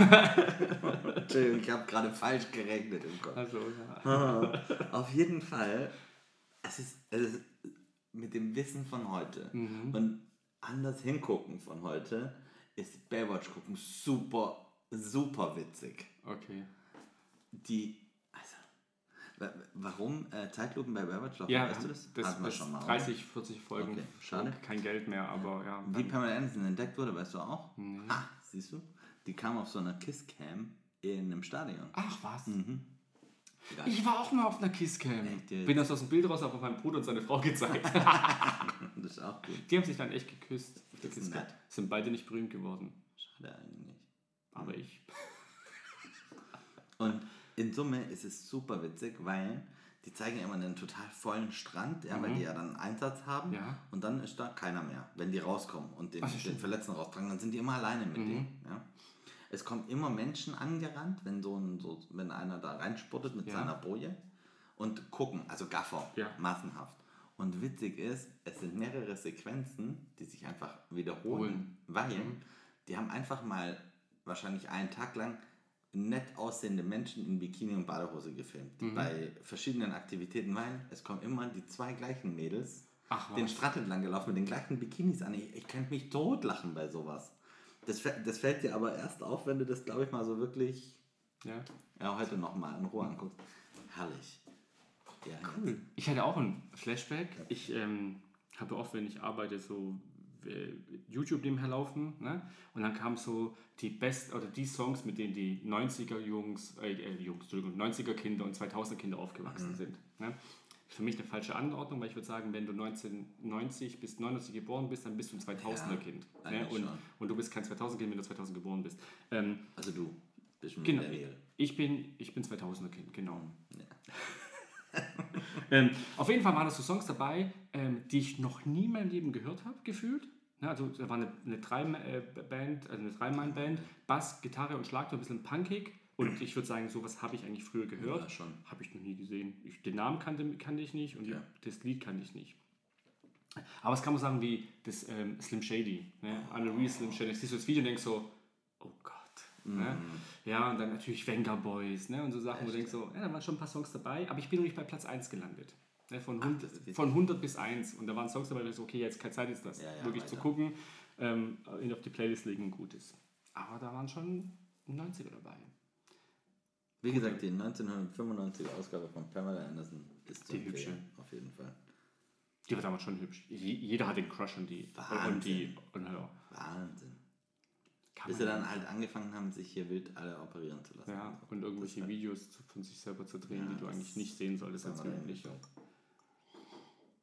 Speaker 3: Entschuldigung, ich habe gerade falsch gerechnet im Kopf.
Speaker 2: also, ja.
Speaker 3: Hm. Auf jeden Fall, es ist, es ist mit dem Wissen von heute
Speaker 2: Mhm.
Speaker 3: und anders hingucken von heute, ist Baywatch gucken super, super witzig.
Speaker 2: Okay.
Speaker 3: Die, also, wa- warum äh, Zeitlupen bei Baywatch laufen,
Speaker 2: Ja,
Speaker 3: weißt du das?
Speaker 2: das, das
Speaker 3: Hatten wir
Speaker 2: ist
Speaker 3: schon mal.
Speaker 2: 30, 40 Folgen.
Speaker 3: Okay, schade.
Speaker 2: Kein Geld mehr, aber ja.
Speaker 3: oder? Wie
Speaker 2: dann-
Speaker 3: Pamela Anderson entdeckt wurde, weißt du auch?
Speaker 2: Mhm.
Speaker 3: Ha, siehst du? Die kam auf so einer Kisscam in einem Stadion.
Speaker 2: Ach was.
Speaker 3: Geil.
Speaker 2: Ah, Ich war auch mal auf einer Kisscam.
Speaker 3: Hm. Echt jetzt?
Speaker 2: Bin das aus dem Bild raus, habe auf meinen Bruder und seine Frau gezeigt.
Speaker 3: [laughs] Das ist auch gut.
Speaker 2: Die haben sich dann echt geküsst. Auf der
Speaker 3: Das ist
Speaker 2: Kisscam.
Speaker 3: nett.
Speaker 2: Sind beide nicht berühmt geworden.
Speaker 3: Schade eigentlich.
Speaker 2: Aber
Speaker 3: Hm.
Speaker 2: ich.
Speaker 3: Und in Summe ist es super witzig, weil die zeigen ja immer einen total vollen Strand, ja, weil die ja dann einen Einsatz haben
Speaker 2: Mhm. Ja.
Speaker 3: und dann ist da keiner mehr, wenn die rauskommen und den,
Speaker 2: Ach, stimmt. Mhm.
Speaker 3: den Verletzten raustragen, dann sind die immer alleine mit denen. Ja. Es kommen immer Menschen angerannt, wenn so ein, so, wenn einer da reinspurtet mit
Speaker 2: Ja.
Speaker 3: seiner Boje und gucken, also Gaffer,
Speaker 2: Ja.
Speaker 3: massenhaft. Und witzig ist, es sind mehrere Sequenzen, die sich einfach wiederholen, weil die haben einfach mal wahrscheinlich einen Tag lang nett aussehende Menschen in Bikini und Badehose gefilmt.
Speaker 2: Mhm.
Speaker 3: Bei verschiedenen Aktivitäten, weil es kommen immer die zwei gleichen Mädels
Speaker 2: Ach,
Speaker 3: den
Speaker 2: was.
Speaker 3: Strand entlang gelaufen mit den gleichen Bikinis an. Ich, ich könnte mich totlachen bei sowas. Das, fä- das fällt dir aber erst auf, wenn du das, glaube ich, mal so wirklich
Speaker 2: Ja.
Speaker 3: ja, heute nochmal in Ruhe anguckst. Herrlich. Ja,
Speaker 2: Cool. Ich hatte auch ein Flashback. Ich ähm, habe oft, wenn ich arbeite, so äh, YouTube nebenher laufen. Ne? Und dann kamen so die Best oder die Songs, mit denen die 90er-Jungs, äh, äh, Jungs, Entschuldigung, 90er-Kinder und 2000er-Kinder
Speaker 3: Mhm.
Speaker 2: aufgewachsen sind. Ne? Für mich eine falsche Anordnung, weil ich würde sagen, wenn du 1990 bis 99 geboren bist, dann bist du ein 2000er-Kind.
Speaker 3: Ja,
Speaker 2: ne?
Speaker 3: eigentlich
Speaker 2: und,
Speaker 3: schon.
Speaker 2: und du bist kein 2000-Kind, wenn du 2000 geboren bist. Ähm,
Speaker 3: Also du bist ein
Speaker 2: Genau.
Speaker 3: Millennial.
Speaker 2: Ich bin, ich bin 2000er-Kind, genau. [laughs] ähm, auf jeden Fall waren das so Songs dabei, ähm, die ich noch nie in meinem Leben gehört habe, gefühlt. Ne, also da war eine, eine Drei-Band, also eine Dreimann-Band, Bass, Gitarre und Schlagzeug, ein bisschen punkig. Und ich würde sagen, sowas habe ich eigentlich früher gehört.
Speaker 3: Ja, schon.
Speaker 2: Habe ich noch nie gesehen. Ich, den Namen kannte, kannte ich nicht und
Speaker 3: Ja.
Speaker 2: das Lied kannte ich nicht. Aber es kann man sagen wie das ähm, Slim Shady. Ne? Anne Reese, Slim Shady. Siehst du das Video und denkst so, oh Gott.
Speaker 3: Mhm.
Speaker 2: Ne? Ja, und dann natürlich Venga Boys ne? und so Sachen, wo du denkst so, ja, da waren schon ein paar Songs dabei, aber ich bin noch nicht bei Platz 1 gelandet. Ne? Von, 100,
Speaker 3: das ist witzig.
Speaker 2: von 100 bis 1. Und da waren Songs dabei, wo ich so, okay, jetzt keine Zeit ist das.
Speaker 3: Ja, ja,
Speaker 2: wirklich zu
Speaker 3: weiter.
Speaker 2: gucken, ähm, ihn auf die Playlist legen und gut ist. Aber da waren schon 90er dabei.
Speaker 3: Wie gesagt, die 1995 Ausgabe von Pamela Anderson ist zu
Speaker 2: Die hübsche.
Speaker 3: empfehlen, Auf jeden Fall.
Speaker 2: Die war damals schon hübsch. Je- Jeder hat den Crush und die.
Speaker 3: Wahnsinn.
Speaker 2: Und die. Und ja,
Speaker 3: Wahnsinn.
Speaker 2: kann
Speaker 3: Bis sie
Speaker 2: man-
Speaker 3: dann halt angefangen haben, sich hier wild alle operieren zu lassen.
Speaker 2: Ja, und irgendwelche Videos zu- von sich selber zu drehen, die du eigentlich nicht sehen solltest als
Speaker 3: kann man
Speaker 2: Jugendlicher.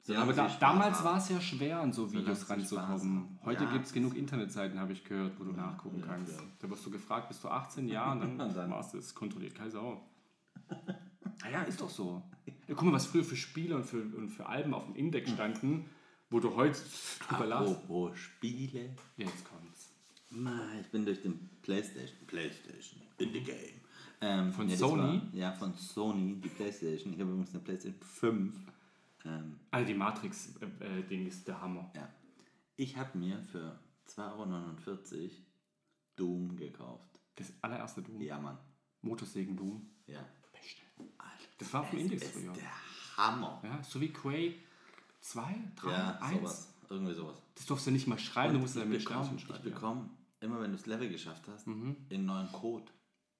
Speaker 3: Solange
Speaker 2: aber
Speaker 3: sie
Speaker 2: da,
Speaker 3: Spaß
Speaker 2: damals
Speaker 3: haben.
Speaker 2: war es ja schwer, an so
Speaker 3: Solange
Speaker 2: Videos
Speaker 3: sie Spaß
Speaker 2: ranzukommen.
Speaker 3: haben.
Speaker 2: Heute
Speaker 3: Ja.
Speaker 2: gibt es genug Internetseiten, habe ich gehört, wo du nachgucken
Speaker 3: ja,
Speaker 2: kannst.
Speaker 3: ja.
Speaker 2: Da wirst du gefragt, bist du 18? Ja, und dann,
Speaker 3: [laughs] Und dann-
Speaker 2: warst du es. Kontrolliert keine Sau. Naja, ist doch so. Ja, guck mal, was früher für Spiele und für, und für Alben auf dem
Speaker 3: Hm.
Speaker 2: Index standen, wo du heute drüber lachst.
Speaker 3: Apropos Spiele.
Speaker 2: Jetzt kommt's.
Speaker 3: Ma, Ich bin durch den Playstation, Playstation, in the game, Ähm,
Speaker 2: Von
Speaker 3: das war-
Speaker 2: Sony?
Speaker 3: ja, von Sony, die Playstation. Ich habe übrigens eine Playstation 5. Ähm,
Speaker 2: Also die Matrix-Ding äh, Ding ist der Hammer.
Speaker 3: ja. Ich habe mir für 2,49 Euro Doom gekauft.
Speaker 2: Das allererste Doom.
Speaker 3: Ja, Mann.
Speaker 2: Motorsägen Doom.
Speaker 3: Ja.
Speaker 2: Beste.
Speaker 3: Alter,
Speaker 2: Das war auf dem Index
Speaker 3: ist
Speaker 2: früher.
Speaker 3: der Hammer.
Speaker 2: Ja, so wie Quake 2, 3,
Speaker 3: Ja,
Speaker 2: 1.
Speaker 3: sowas. Irgendwie sowas.
Speaker 2: Das durfst du nicht mal schreiben, du musst
Speaker 3: ich
Speaker 2: ja mit
Speaker 3: bekomme,
Speaker 2: Strafen
Speaker 3: ich
Speaker 2: schreiben. ja.
Speaker 3: bekomme immer, wenn du das Level geschafft hast,
Speaker 2: Mhm.
Speaker 3: einen neuen Code.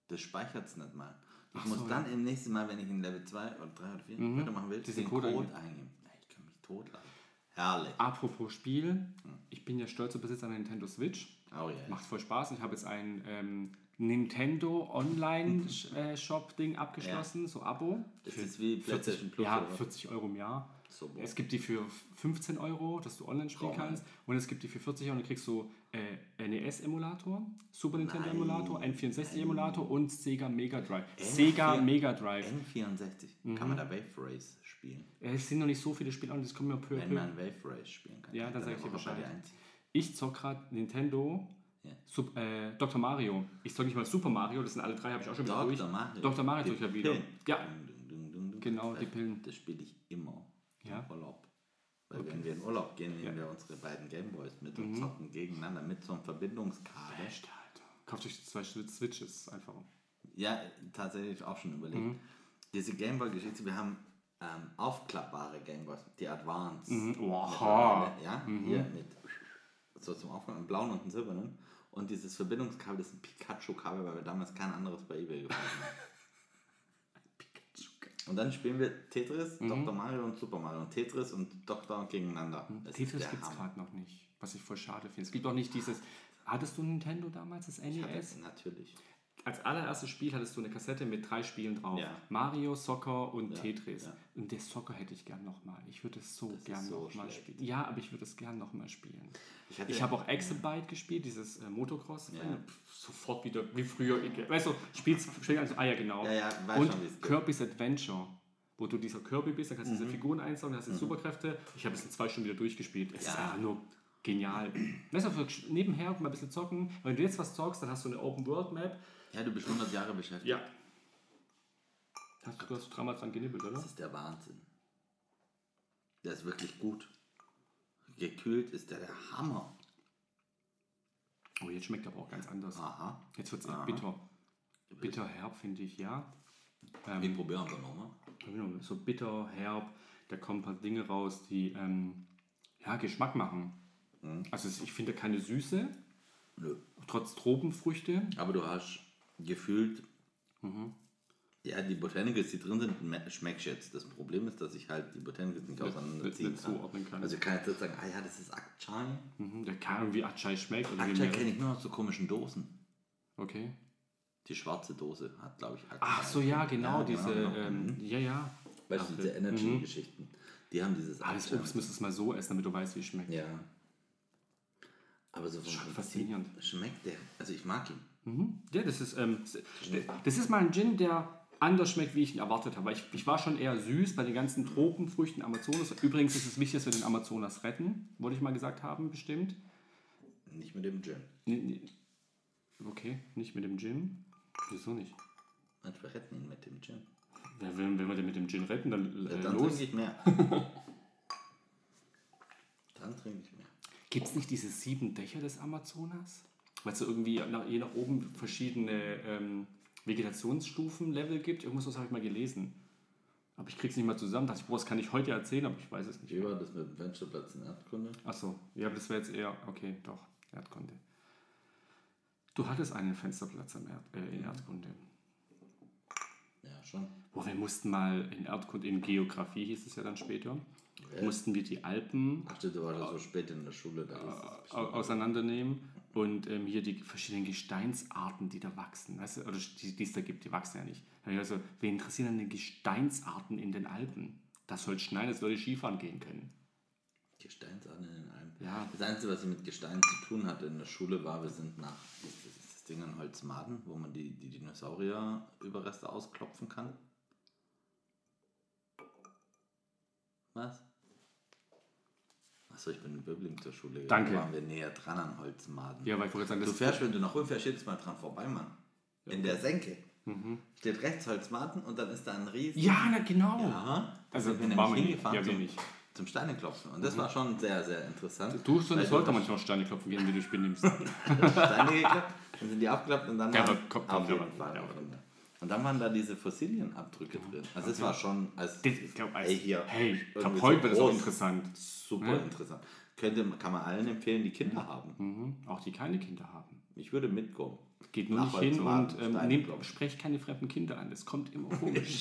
Speaker 3: Das speichert es nicht mal. Ich muss
Speaker 2: so, Mhm.
Speaker 3: dann im nächsten Mal, wenn ich in Level 2 oder 3 oder 4 weitermachen will,
Speaker 2: Diesen
Speaker 3: den
Speaker 2: Code
Speaker 3: Code,
Speaker 2: eingeben.
Speaker 3: eingeben. Ja, ich kann mich tot lachen. Herrlich.
Speaker 2: Apropos Spiel, ich bin ja stolzer Besitzer einer Nintendo Switch.
Speaker 3: Oh ja.
Speaker 2: Ah, Macht voll Spaß. Ich habe jetzt ein ähm, Nintendo
Speaker 3: Mhm.
Speaker 2: Online-Shop-Ding abgeschlossen, so Abo.
Speaker 3: Das ist wie PlayStation Plus.
Speaker 2: ja,
Speaker 3: oder was?
Speaker 2: 40 Euro im Jahr.
Speaker 3: So, boah.
Speaker 2: Es gibt die für 15 Euro, dass du online spielen
Speaker 3: Traum.
Speaker 2: kannst. Und es gibt die für 40 Euro und du kriegst so äh, NES-Emulator, Super Nintendo-Emulator,
Speaker 3: Nein.
Speaker 2: N64-Emulator und Sega Mega Drive. Sega Mega Drive.
Speaker 3: N64.
Speaker 2: Mhm.
Speaker 3: Kann man da Wave Race spielen?
Speaker 2: Äh, Es sind noch nicht so viele Spiele und das kommen ja peu à
Speaker 3: Wenn
Speaker 2: peu.
Speaker 3: man Wave Race spielen kann.
Speaker 2: Ja,
Speaker 3: kann
Speaker 2: dann sag
Speaker 3: der
Speaker 2: ich dir
Speaker 3: Woche bei
Speaker 2: Bescheid.
Speaker 3: einziehen.
Speaker 2: Ich zock gerade Nintendo
Speaker 3: Ja.
Speaker 2: Sup äh, Dr. Mario. Ich zock nicht mal Super Mario, das sind alle drei, habe ich auch schon wieder durch.
Speaker 3: Dr. Mario.
Speaker 2: Dr. Mario
Speaker 3: Die
Speaker 2: zock ich ja wieder.
Speaker 3: Pillen.
Speaker 2: Ja,
Speaker 3: Dun, dun, dun, dun.
Speaker 2: Genau, die
Speaker 3: Das-
Speaker 2: Pillen.
Speaker 3: Das spiele ich immer
Speaker 2: Ja?
Speaker 3: im Urlaub. Weil wenn wir in Urlaub gehen, nehmen wir unsere beiden Gameboys mit
Speaker 2: Mhm.
Speaker 3: und zocken gegeneinander mit so einem Verbindungskabel.
Speaker 2: kauft euch zwei Swi- Switches einfach.
Speaker 3: Ja, tatsächlich auch schon überlegt.
Speaker 2: Mhm.
Speaker 3: Diese Gameboy-Geschichte, wir haben ähm, aufklappbare Gameboys, die Advance.
Speaker 2: Mhm. Oha. Mhm.
Speaker 3: mittlerweile, Ja, hier mit so zum Aufklappen, einen blauen und einen silbernen. Und dieses Verbindungskabel, das ist ein Pikachu-Kabel, weil wir damals kein anderes bei eBay gefunden haben.
Speaker 2: [laughs]
Speaker 3: Und dann spielen wir Tetris,
Speaker 2: Mhm.
Speaker 3: Dr. Mario und Super Mario. Und Tetris und Doktor gegeneinander. Das ist
Speaker 2: Mhm. Tetris
Speaker 3: der
Speaker 2: gibt es
Speaker 3: Hammer.
Speaker 2: gerade noch nicht, was ich voll schade finde. Es gibt auch nicht dieses. Hattest du Nintendo damals, das NES?
Speaker 3: Natürlich.
Speaker 2: Als allererstes Spiel hattest du eine Kassette mit drei Spielen drauf:
Speaker 3: Ja.
Speaker 2: Mario, Soccer und Tetris.
Speaker 3: ja.
Speaker 2: Und der Soccer hätte ich gern nochmal. Ich würde es so
Speaker 3: ist
Speaker 2: gern
Speaker 3: so
Speaker 2: nochmal
Speaker 3: schlecht.
Speaker 2: spielen. Ja, aber ich würde es gern nochmal spielen.
Speaker 3: Ich hatte-
Speaker 2: Ich habe auch Exabyte gespielt, dieses äh, Motocross. Pff, Sofort wieder wie früher. Ich- äh, Weißt du, spielst du also, ah ja, genau.
Speaker 3: Ja, ja, weiß
Speaker 2: und
Speaker 3: schon, wie es geht. Mhm.
Speaker 2: Kirby's Adventure, wo du dieser Kirby bist, dann kannst du diese Figuren einsaugen, hast du Superkräfte. Ich habe es in zwei Stunden wieder durchgespielt. Es ist
Speaker 3: Ja.
Speaker 2: einfach nur genial. weißt du, für nebenher mal ein bisschen zocken. Wenn du jetzt was zockst, dann hast du eine Open-World-Map.
Speaker 3: Ja, du bist 100 Jahre beschäftigt.
Speaker 2: Ja. Hast du, du hast dreimal dran genippelt, oder?
Speaker 3: Das ist der Wahnsinn. Der ist wirklich gut. Gekühlt ist der der Hammer.
Speaker 2: Oh, jetzt schmeckt aber auch ganz anders.
Speaker 3: Ah. Aha.
Speaker 2: Jetzt wird es bitter. Bitter herb, finde ich, ja. Ähm,
Speaker 3: Wir probieren wir nochmal.
Speaker 2: Genau, so bitter, herb, da kommen ein paar Dinge raus, die ähm, ja, Geschmack machen.
Speaker 3: Mhm.
Speaker 2: Also es- ich finde keine Süße,
Speaker 3: Nö.
Speaker 2: trotz Tropenfrüchte.
Speaker 3: Aber du hast gefühlt,
Speaker 2: Mhm.
Speaker 3: ja, die Botanicals, die drin sind, me- schmeckst du jetzt. Das Problem ist, dass ich halt die Botanicals nicht auseinanderziehen
Speaker 2: nicht
Speaker 3: kann.
Speaker 2: zuordnen kann.
Speaker 3: Also ich kann jetzt nicht sagen, ah ja, das ist Akchai.
Speaker 2: Mhm, der kann irgendwie Achai schmeckt. Oder wie
Speaker 3: Akchai
Speaker 2: mir-
Speaker 3: kenne ich nur aus so komischen Dosen.
Speaker 2: Okay.
Speaker 3: Die schwarze Dose hat, glaube ich, Akchai.
Speaker 2: Ach so, ja, genau,
Speaker 3: Ja,
Speaker 2: diese,
Speaker 3: genau, genau.
Speaker 2: Ähm, ja, ja.
Speaker 3: Weißt du, diese Energy-Geschichten. Die haben dieses
Speaker 2: Alles
Speaker 3: Acai.
Speaker 2: Ah, Obst müsstest du mal so essen, damit du weißt, wie es schmeckt.
Speaker 3: Ja. Aber so vom Prinzip
Speaker 2: faszinierend.
Speaker 3: schmeckt der. Also ich mag ihn.
Speaker 2: Mhm. Ja, das ist, ähm, das ist mal ein Gin, der anders schmeckt, wie ich ihn erwartet habe. Weil Ich, ich war schon eher süß bei den ganzen Tropenfrüchten Amazonas. Übrigens ist es wichtig, dass wir den Amazonas retten, wollte ich mal gesagt haben, bestimmt.
Speaker 3: Nicht mit dem Gin.
Speaker 2: Nee, nee. Okay, nicht mit dem Gin. Wieso nicht?
Speaker 3: Manchmal retten ihn mit dem Gin.
Speaker 2: Ja, wenn, wenn wir den mit dem Gin retten, dann, äh,
Speaker 3: dann
Speaker 2: los.
Speaker 3: trinke
Speaker 2: [laughs]
Speaker 3: ich mehr. dann trinke ich mehr.
Speaker 2: Gibt es nicht diese sieben Dächer des Amazonas? Weil es so irgendwie nach, je nach oben verschiedene ähm, Vegetationsstufen, Level gibt. Irgendwas was habe ich mal gelesen. Aber ich krieg's nicht mal zusammen. Dachte ich, boah, das kann ich heute erzählen, aber ich weiß es nicht.
Speaker 3: Wie war das mit dem Ventureplatz in Erdkunde?
Speaker 2: Achso, ja, aber das wäre jetzt eher, okay, doch, Erdkunde. Du hattest einen Fensterplatz am Erd, äh,
Speaker 3: Mhm.
Speaker 2: in Erdkunde.
Speaker 3: Ja, schon.
Speaker 2: Boah, wir mussten mal in Erdkunde, in Geografie hieß es ja dann später,
Speaker 3: Äh.
Speaker 2: mussten wir die Alpen
Speaker 3: Ach, du warst ja so spät in der Schule, da hieß es
Speaker 2: au- auseinandernehmen und ähm, hier die verschiedenen Gesteinsarten, die da wachsen, weißt du, oder die, die es da gibt, die wachsen ja nicht. Da hab ich Also, wen interessieren denn die Gesteinsarten in den Alpen? Das soll schneien, dass Leute Skifahren gehen können.
Speaker 3: Gesteinsarten in den Alpen.
Speaker 2: Ja.
Speaker 3: Das Einzige, was ich mit Gestein zu tun hatte in der Schule, war, wir sind nach, ist das, ist das Ding an Holzmaden, wo man die, die Dinosaurier-Überreste ausklopfen kann? Was? Achso, ich bin in Böbling zur Schule gegangen.
Speaker 2: Danke.
Speaker 3: Da waren wir näher dran an Holzmaden.
Speaker 2: Ja, weil ich wollte sagen,
Speaker 3: Du
Speaker 2: das
Speaker 3: fährst, wenn du nach Ulm fährst, jedes Mal dran vorbei, Mann. In der Senke. Steht rechts Holzmarten und dann ist da ein riesen...
Speaker 2: Mhm. Ja, na genau.
Speaker 3: Ja.
Speaker 2: Also,
Speaker 3: sind wir
Speaker 2: waren
Speaker 3: nämlich
Speaker 2: wir nie.
Speaker 3: hingefahren
Speaker 2: Ja, wir
Speaker 3: zum,
Speaker 2: nicht. Mhm.
Speaker 3: zum Steineklopfen. Und das war schon sehr, sehr interessant.
Speaker 2: Du so eine
Speaker 3: Weil
Speaker 2: sollte
Speaker 3: wir
Speaker 2: manchmal auf Steine klopfen gehen, wenn du Spinnen nimmst.
Speaker 3: Steine geklappt, dann sind die abgeklappt und dann
Speaker 2: Ja, aber
Speaker 3: waren-
Speaker 2: kommt
Speaker 3: auf
Speaker 2: drauf
Speaker 3: jeden
Speaker 2: an,
Speaker 3: Fall.
Speaker 2: ja,
Speaker 3: auf
Speaker 2: aber-
Speaker 3: jeden Fall. Und dann waren da diese Fossilienabdrücke drin. Also es war schon als
Speaker 2: Das, ich glaube,
Speaker 3: Ey, hier,
Speaker 2: hey, ich
Speaker 3: irgendwie
Speaker 2: glaube,
Speaker 3: so
Speaker 2: heute wird das auch
Speaker 3: groß.
Speaker 2: interessant. Hm?
Speaker 3: super
Speaker 2: Ja.
Speaker 3: interessant. Könnte, kann man allen empfehlen, die Kinder haben.
Speaker 2: Mhm. Auch die keine Kinder haben.
Speaker 3: Ich würde mitkommen. [laughs]
Speaker 2: Geht nur
Speaker 3: Nach
Speaker 2: nicht hin
Speaker 3: Holzmarten,
Speaker 2: und ähm,
Speaker 3: Steine
Speaker 2: nehmt,
Speaker 3: klopfen.
Speaker 2: sprecht keine fremden Kinder an. Das kommt
Speaker 3: [laughs]
Speaker 2: immer komisch.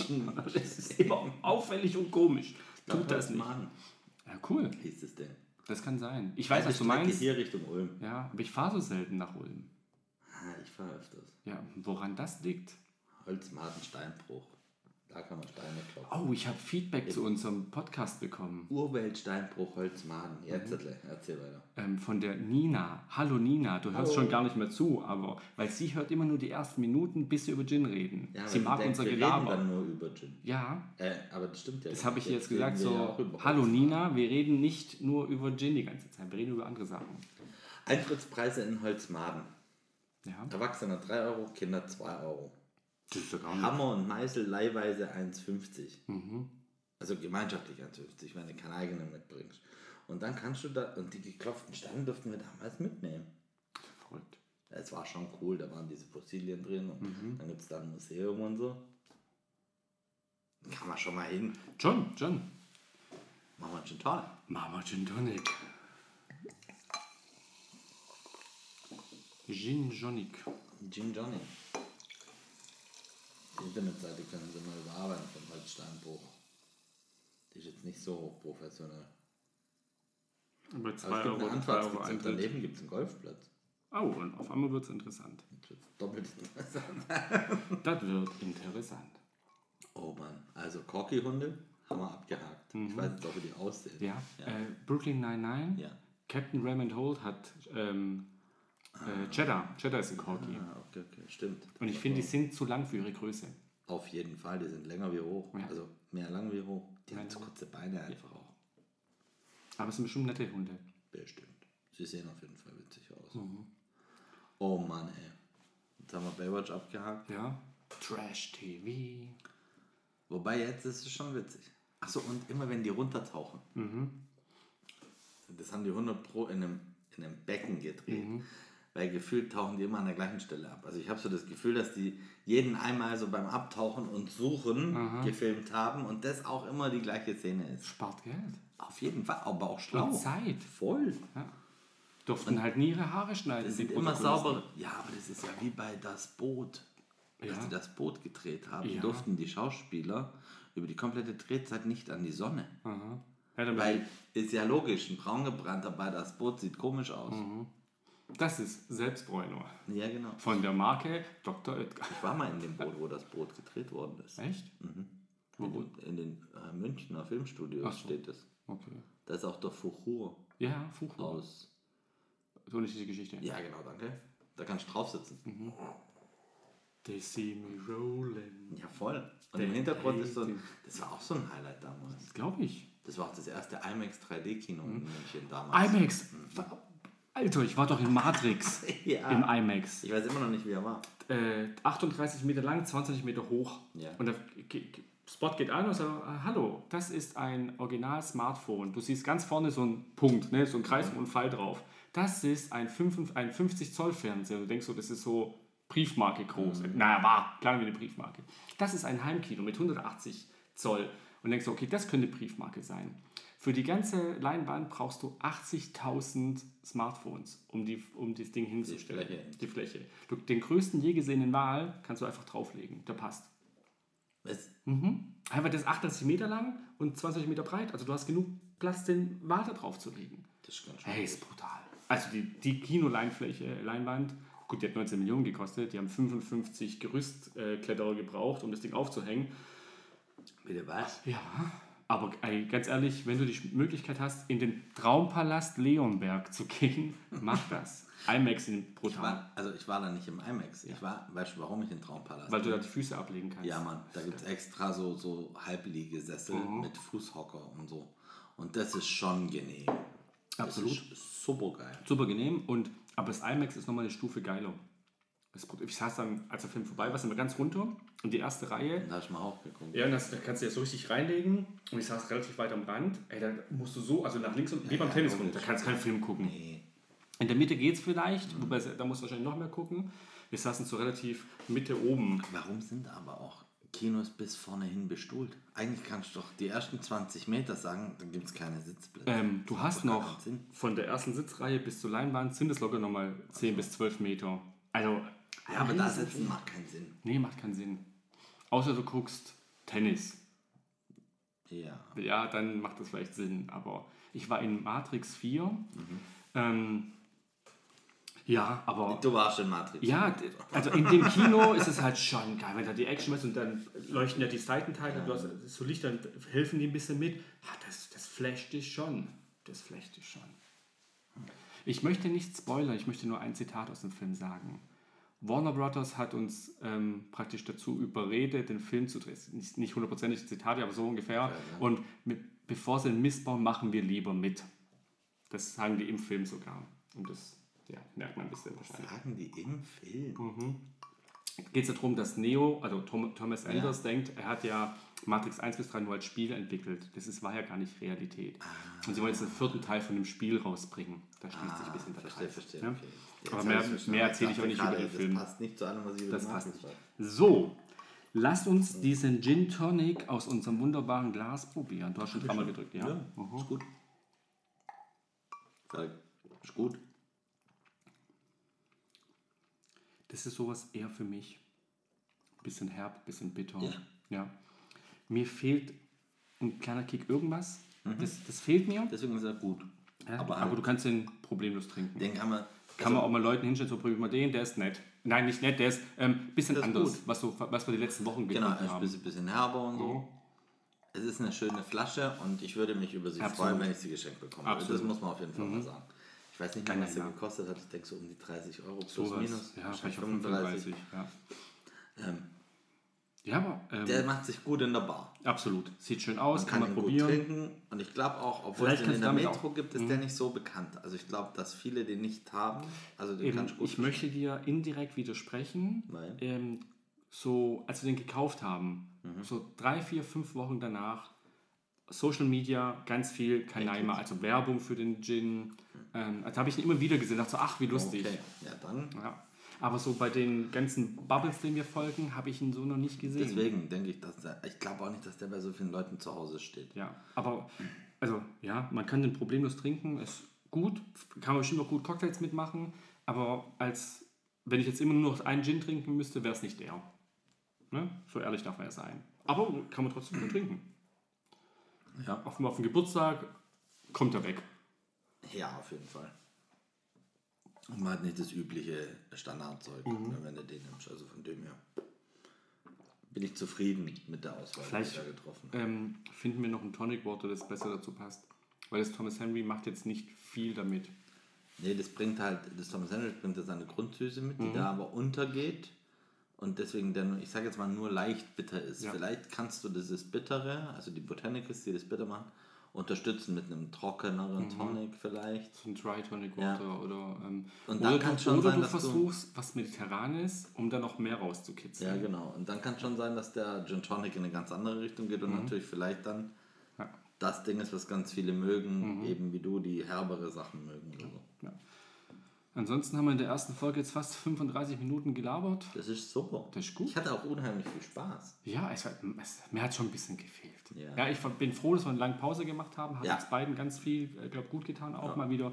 Speaker 3: Das ist
Speaker 2: immer auffällig und komisch. Tut das nicht.
Speaker 3: Mann,
Speaker 2: Ja, cool.
Speaker 3: hieß es denn.
Speaker 2: Das kann sein. Ich weiß, was du
Speaker 3: Strecke
Speaker 2: meinst.
Speaker 3: Hier Richtung Ulm.
Speaker 2: Ja, aber ich fahre so selten nach Ulm.
Speaker 3: Ah, ich fahre öfters.
Speaker 2: Ja, woran das liegt?
Speaker 3: Holzmarten Steinbruch. Da kann man Steine klopfen.
Speaker 2: Oh, ich habe Feedback zu unserem Podcast bekommen.
Speaker 3: Urwelt Steinbruch Holzmaden.
Speaker 2: Mhm.
Speaker 3: Jetzt erzähl weiter.
Speaker 2: Ähm, von der Nina. Hallo Nina, du hörst schon gar nicht mehr zu, aber weil sie hört immer nur die ersten Minuten, bis wir über Gin reden.
Speaker 3: Ja,
Speaker 2: sie
Speaker 3: weil
Speaker 2: mag
Speaker 3: denkt,
Speaker 2: unser
Speaker 3: wir reden
Speaker 2: Gelaber.
Speaker 3: dann nur über Gin.
Speaker 2: Ja,
Speaker 3: Äh, aber das stimmt ja.
Speaker 2: das
Speaker 3: gar
Speaker 2: habe
Speaker 3: nicht.
Speaker 2: ich jetzt
Speaker 3: reden
Speaker 2: gesagt,
Speaker 3: wir ja
Speaker 2: so,
Speaker 3: auch über
Speaker 2: hallo
Speaker 3: Holz.
Speaker 2: Nina, wir reden nicht nur über Gin die ganze Zeit, wir reden über andere Sachen.
Speaker 3: Eintrittspreise in Holzmaden.
Speaker 2: Ja,
Speaker 3: Erwachsene 3 Euro, Kinder 2 Euro.
Speaker 2: das ist doch gar
Speaker 3: Hammer und Meißel leihweise 1,50.
Speaker 2: Mhm.
Speaker 3: Also gemeinschaftlich 1,50, wenn du keine eigene mitbringst. Und dann kannst du da, und die geklopften Steine durften wir damals mitnehmen.
Speaker 2: Verrückt.
Speaker 3: Es war schon cool, da waren diese Fossilien drin und
Speaker 2: Mhm.
Speaker 3: dann gibt es da ein Museum und so. Kann man schon mal hin.
Speaker 2: John, John.
Speaker 3: Machen wir schon toll.
Speaker 2: Mama Gin Tonic. Gin Tonic.
Speaker 3: Gin Johnny. Die Internetseite können Sie mal überarbeiten von Holzsteinbruch. Die ist jetzt nicht so hochprofessionell.
Speaker 2: Über
Speaker 3: Aber
Speaker 2: 2
Speaker 3: Also es gibt
Speaker 2: Euro,
Speaker 3: eine
Speaker 2: 3 Euro
Speaker 3: Anfahrtskizze und
Speaker 2: Eintritt.
Speaker 3: daneben gibt es einen Golfplatz.
Speaker 2: Oh, und auf einmal wird es interessant.
Speaker 3: Das ist Doppelt [laughs] interessant.
Speaker 2: Das wird interessant.
Speaker 3: Oh Mann, also Corky-Hunde haben wir abgehakt. Ich weiß jetzt auch, wie die aussehen.
Speaker 2: Mhm. Ja, Äh, Brooklyn 99.
Speaker 3: Ja.
Speaker 2: Captain Raymond Holt hat ähm, äh, Cheddar. Cheddar ist ein Corky.
Speaker 3: Ah, okay, okay, stimmt.
Speaker 2: Und ich finde, die sind zu lang für ihre Größe.
Speaker 3: Auf jeden Fall, die sind länger wie hoch.
Speaker 2: Ja.
Speaker 3: Also mehr lang wie hoch. Die haben so kurze Beine einfach auch.
Speaker 2: Aber es sind bestimmt nette Hunde.
Speaker 3: Bestimmt. Sie sehen auf jeden Fall witzig aus. Oh Mann, ey. Jetzt haben wir Baywatch abgehakt.
Speaker 2: Ja. Trash TV.
Speaker 3: Wobei jetzt ist es schon witzig. Achso, und immer wenn die runtertauchen. Das haben die 100 Pro in einem, in einem Becken gedreht. Weil gefühlt tauchen die immer an der gleichen Stelle ab. Also ich habe so das Gefühl, dass die jeden einmal so beim Abtauchen und Suchen gefilmt haben und das auch immer die gleiche Szene ist.
Speaker 2: Spart Geld.
Speaker 3: Auf jeden Fall, aber auch schlau.
Speaker 2: Und Zeit.
Speaker 3: Voll.
Speaker 2: Ja. Durften halt nie ihre Haare schneiden.
Speaker 3: Das
Speaker 2: die
Speaker 3: sind immer
Speaker 2: Protagonisten.
Speaker 3: saubere. Ja, aber das ist ja wie bei Das Boot. Als
Speaker 2: Ja.
Speaker 3: sie das Boot gedreht haben,
Speaker 2: Ja.
Speaker 3: durften die Schauspieler über die komplette Drehzeit nicht an die Sonne.
Speaker 2: Aha. Ja, dann
Speaker 3: Weil, ist ja logisch, ein braungebrannter bei Das Boot sieht komisch aus.
Speaker 2: Mhm. das ist Selbstbräuner.
Speaker 3: Ja, genau.
Speaker 2: Von der Marke Dr. Oetker.
Speaker 3: Ich war mal in dem Boot, wo Das Boot gedreht worden ist.
Speaker 2: Echt?
Speaker 3: In, dem- in den äh, Münchner Filmstudios
Speaker 2: so.
Speaker 3: steht es.
Speaker 2: Okay.
Speaker 3: Da ist auch der Fuchur
Speaker 2: Ja, Fuchur.
Speaker 3: aus.
Speaker 2: So eine diese Geschichte.
Speaker 3: Ja, genau, danke. Da kannst du drauf sitzen.
Speaker 2: They see me rolling.
Speaker 3: Ja, voll. Und
Speaker 2: Der
Speaker 3: im Hintergrund ist so ein,
Speaker 2: Dating.
Speaker 3: das war auch so ein Highlight damals.
Speaker 2: Glaube ich.
Speaker 3: Das war auch das erste IMAX 3D-Kino in München damals.
Speaker 2: Mhm. IMAX. Alter, ich war doch in Matrix.
Speaker 3: [laughs] Ja.
Speaker 2: Im IMAX.
Speaker 3: Ich weiß immer noch nicht, wie er war.
Speaker 2: Äh, 38 Meter lang, 20 Meter hoch.
Speaker 3: Ja.
Speaker 2: Und der Ge- Ge- Spot geht an und sagt, äh, hallo, das ist ein Original-Smartphone. Du siehst ganz vorne so einen Punkt, ne? so einen Kreis und einen Pfeil drauf. Das ist ein, 5 ein 50 Zoll Fernseher. Du denkst so, das ist so Briefmarke groß. Naja, war, klein wie eine Briefmarke. Das ist ein Heimkino mit 180 Zoll. Und denkst so, okay, das könnte Briefmarke sein. Für die ganze Leinwand brauchst du 80.000 Smartphones, um, die, um das Ding hinzustellen.
Speaker 3: Fläche.
Speaker 2: Die Fläche. Du, den größten je gesehenen Wal kannst du einfach drauflegen. Der passt.
Speaker 3: Es,
Speaker 2: Einfach das ist 38 Meter lang und 20 Meter breit. Also du hast genug Platz, den Wal da drauf zu legen.
Speaker 3: das ist ganz schön.
Speaker 2: Hey, ist brutal. Also die, die Kinoleinfläche, äh, Leinwand, gut, die hat 19 Millionen gekostet. Die haben 55 Gerüstkletterer gebraucht, um das Ding aufzuhängen.
Speaker 3: Bitte was?
Speaker 2: Ja, aber ey, ganz ehrlich, wenn du die Möglichkeit hast, in den Traumpalast Leonberg zu gehen, [laughs] mach das. IMAX sind
Speaker 3: Ich
Speaker 2: brutal.
Speaker 3: war, also ich war da nicht im IMAX. Ich war, weißt du, warum ich in Traumpalast
Speaker 2: Weil du da die Füße ablegen kannst.
Speaker 3: Ja, Mann, da gibt es extra so, so Halbliegesessel
Speaker 2: Mhm.
Speaker 3: mit Fußhocker und so. Und das ist schon genehm. Das
Speaker 2: Absolut.
Speaker 3: ist super geil.
Speaker 2: Super genehm und aber das IMAX ist nochmal eine Stufe geiler. das Produkt, ich saß dann, als der Film vorbei war, sind wir ganz runter und die erste Reihe.
Speaker 3: Da hast du mal aufgeguckt.
Speaker 2: Ja, und das, da kannst du ja so richtig reinlegen und ich saß relativ weit am Rand. Ey, da musst du so, also nach links und wie beim
Speaker 3: ja,
Speaker 2: Tennis,
Speaker 3: logisch.
Speaker 2: da kannst du keinen Film gucken.
Speaker 3: Nee. Mhm.
Speaker 2: In der Mitte geht's vielleicht, wobei da musst du wahrscheinlich noch mehr gucken. Wir saßen so relativ Mitte oben.
Speaker 3: Warum sind aber auch Kinos bis vorne hin bestuhlt? Eigentlich kannst du doch die ersten 20 Meter sagen, dann gibt es keine Sitzplätze.
Speaker 2: Ähm, du hast
Speaker 3: gar
Speaker 2: noch
Speaker 3: keinen Sinn.
Speaker 2: von der ersten Sitzreihe bis zur Leinwand sind es locker nochmal 10 bis 12 Meter. Also,
Speaker 3: ja, aber da sitzen macht keinen Sinn.
Speaker 2: nee, macht keinen Sinn. Außer du guckst Tennis.
Speaker 3: Ja.
Speaker 2: Ja, dann macht das vielleicht Sinn. Aber ich war in Matrix 4. Ähm, ja, aber.
Speaker 3: Du warst in Matrix.
Speaker 2: Ja, d- also in dem Kino ist es halt schon geil, wenn da die Action ist und dann leuchten ja die Seitenteile, du hast so Licht, dann helfen die ein bisschen mit. Ah, das, das flasht dich schon. Das flasht dich schon. Ich möchte nicht spoilern, ich möchte nur ein Zitat aus dem Film sagen. Warner Brothers hat uns ähm, praktisch dazu überredet, den Film zu drehen. Ist Nicht nicht hundertprozentig Zitate, aber so ungefähr. Und mit, bevor sie einen Mist bauen, machen wir lieber mit. Das sagen die im Film sogar. Und das ja, merkt man ein bisschen wahrscheinlich
Speaker 3: Sagen die im Film?
Speaker 2: Oh, geht es ja darum, dass Neo, also Tom, Thomas Anders, denkt, er hat ja Matrix 1 bis 3 nur als Spiel entwickelt. Das ist, war ja gar nicht Realität.
Speaker 3: Ah.
Speaker 2: Und sie wollen jetzt den vierten Teil von dem Spiel rausbringen. Da schließt sich ein bisschen der
Speaker 3: Verstehe,
Speaker 2: Kreis.
Speaker 3: verstehe.
Speaker 2: ne?
Speaker 3: Okay. Jetzt
Speaker 2: Aber
Speaker 3: hab
Speaker 2: mehr,
Speaker 3: ich's verstanden.
Speaker 2: mehr erzähle ich
Speaker 3: dachte
Speaker 2: auch nicht über
Speaker 3: gerade,
Speaker 2: den Film.
Speaker 3: Das passt nicht zu allem, was ich über
Speaker 2: Das
Speaker 3: den
Speaker 2: passt
Speaker 3: Matrix
Speaker 2: nicht.
Speaker 3: weiß.
Speaker 2: So, lasst uns diesen Gin Tonic aus unserem wunderbaren Glas probieren. Du hast schon dreimal gedrückt, ja? Mhm.
Speaker 3: Ja, ist gut. Sag, ist gut.
Speaker 2: Das ist sowas eher für mich. Bisschen herb, bisschen bitter.
Speaker 3: Ja.
Speaker 2: Ja. Mir fehlt ein kleiner Kick irgendwas. Das, das fehlt mir.
Speaker 3: Deswegen ist er gut.
Speaker 2: Ja,
Speaker 3: Mhm. aber also-
Speaker 2: aber,
Speaker 3: halt,
Speaker 2: du kannst den problemlos trinken.
Speaker 3: den kann man.
Speaker 2: Kann man auch mal Leuten hinstellen, so probier mal den, der ist nett. Nein, nicht nett, der ist ein ähm, bisschen
Speaker 3: Der ist
Speaker 2: anders,
Speaker 3: gut.
Speaker 2: was, so, was wir die letzten Wochen
Speaker 3: Genau,
Speaker 2: getrunken
Speaker 3: er ist ein
Speaker 2: haben.
Speaker 3: bisschen, bisschen herber und so.
Speaker 2: Mhm.
Speaker 3: Es ist eine schöne Flasche und ich würde mich über sie
Speaker 2: Absolut.
Speaker 3: freuen, wenn ich sie geschenkt bekomme.
Speaker 2: Absolut. Mhm.
Speaker 3: Das muss man auf jeden Fall mal sagen. Ich weiß nicht mehr,
Speaker 2: Nein,
Speaker 3: was sie
Speaker 2: nein, ja.
Speaker 3: gekostet hat. Ich denke so um die 30 Euro plus
Speaker 2: So was.
Speaker 3: minus.
Speaker 2: ja,
Speaker 3: wahrscheinlich
Speaker 2: vielleicht auch 35. Ja.
Speaker 3: Ähm,
Speaker 2: ja, aber ähm,
Speaker 3: der macht sich gut in der Bar.
Speaker 2: absolut. Sieht schön aus,
Speaker 3: kann
Speaker 2: kann, man
Speaker 3: ihn gut
Speaker 2: probieren.
Speaker 3: trinken. Und ich glaube auch, obwohl
Speaker 2: Vielleicht
Speaker 3: es den in
Speaker 2: kannst
Speaker 3: der
Speaker 2: du damit
Speaker 3: Metro
Speaker 2: auch- Mhm.
Speaker 3: gibt, ist der nicht so bekannt. Also ich glaube, dass viele den nicht haben. Also den
Speaker 2: Eben,
Speaker 3: kannst du gut
Speaker 2: Ähm, ich möchte dir indirekt widersprechen.
Speaker 3: Weil?
Speaker 2: Ähm, so, als wir den gekauft haben,
Speaker 3: Mhm.
Speaker 2: so drei, vier, fünf Wochen danach, Social Media, ganz viel Kanaima, also Werbung für den Gin. Ähm, also habe ich ihn immer wieder gesehen, dachte so, ach, wie lustig.
Speaker 3: Okay, ja dann.
Speaker 2: Ja. Aber so bei den ganzen Bubbles, denen wir folgen, habe ich ihn so noch nicht gesehen.
Speaker 3: Deswegen denke ich, dass der, ich glaube auch nicht, dass der bei so vielen Leuten zu Hause steht.
Speaker 2: Ja, aber also ja, man kann den problemlos trinken, ist gut, kann man bestimmt auch gut Cocktails mitmachen, aber als wenn ich jetzt immer nur noch einen Gin trinken müsste, wäre es nicht der. Ne? So ehrlich darf man ja sein. Aber kann man trotzdem gut trinken.
Speaker 3: Ja.
Speaker 2: Auf, dem- auf dem Geburtstag kommt er weg.
Speaker 3: Ja, auf jeden Fall. Und man hat nicht das übliche Standardzeug, ne, wenn du den nimmst. Also von dem her bin ich zufrieden mit der Auswahl,
Speaker 2: Vielleicht-
Speaker 3: die ich da getroffen habe.
Speaker 2: Ähm, finden wir noch ein Tonic Water, das besser dazu passt. Weil das Thomas Henry macht jetzt nicht viel damit.
Speaker 3: Nee, das bringt halt, das Thomas Sandwich bringt ja seine Grundsüße mit, die da aber untergeht. Und deswegen, dann, ich sage jetzt mal, nur leicht bitter ist.
Speaker 2: Ja.
Speaker 3: Vielleicht kannst du dieses Bittere, also die Botanicals, die das bitter machen, unterstützen mit einem trockeneren Tonic vielleicht.
Speaker 2: so ein Dry Tonic
Speaker 3: Ja.
Speaker 2: Water oder ähm,
Speaker 3: Und dann
Speaker 2: oder,
Speaker 3: kann's
Speaker 2: du,
Speaker 3: schon
Speaker 2: oder
Speaker 3: sein,
Speaker 2: du
Speaker 3: dass du-
Speaker 2: versuchst was Mediterranes, um dann noch mehr
Speaker 3: Ja,
Speaker 2: rauszukitzeln.
Speaker 3: genau. Und dann kann schon sein, dass der Gin Tonic in eine ganz andere Richtung geht und natürlich vielleicht dann
Speaker 2: Mhm. Ja. Mhm.
Speaker 3: das Ding ist, was ganz viele mögen, eben wie du, die herbere Sachen mögen. Oder so.
Speaker 2: Ansonsten haben wir in der ersten Folge jetzt fast 35 Minuten gelabert.
Speaker 3: Das ist super.
Speaker 2: Das ist gut.
Speaker 3: Ich hatte auch unheimlich viel Spaß.
Speaker 2: Ja, es, hat- es, mir hat schon ein bisschen gefehlt.
Speaker 3: Ja.
Speaker 2: Ja, ich bin froh, dass wir eine lange Pause gemacht haben. Hat
Speaker 3: Ja.
Speaker 2: uns beiden ganz viel, glaube gut getan, auch mal wieder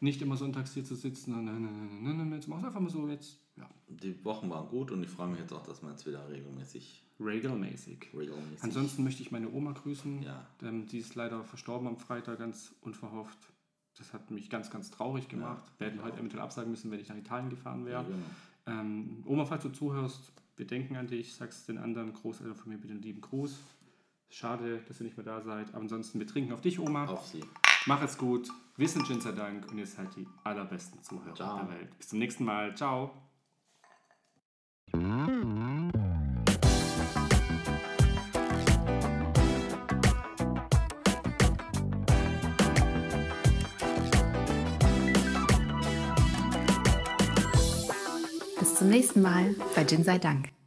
Speaker 2: nicht immer sonntags hier zu sitzen. Und, nein, nein, nein, nein, nein, jetzt mach's einfach mal so jetzt. Ja,
Speaker 3: Die Wochen waren gut und ich freue mich jetzt auch, dass wir jetzt wieder regelmäßig,
Speaker 2: regelmäßig.
Speaker 3: regelmäßig
Speaker 2: Ansonsten möchte ich meine Oma grüßen.
Speaker 3: Ja.
Speaker 2: Ähm, die ist leider verstorben am Freitag, ganz unverhofft. Das hat mich ganz, ganz traurig gemacht. Wir hätten heute eventuell absagen müssen, wenn ich nach Italien gefahren wäre.
Speaker 3: genau.
Speaker 2: Ähm, Oma, falls du zuhörst, wir denken an dich. Sag's den anderen Großeltern von mir bitte einen lieben Gruß. Schade, dass ihr nicht mehr da seid. Aber ansonsten, wir trinken auf dich, Oma.
Speaker 3: auf sie.
Speaker 2: Mach es gut. Wir sind Gin sei Dank und ihr seid die allerbesten Zuhörer
Speaker 3: Ciao.
Speaker 2: der Welt. Bis zum nächsten Mal. Ciao.
Speaker 1: Es Bis zum nächsten Mal bei Gin sei Dank.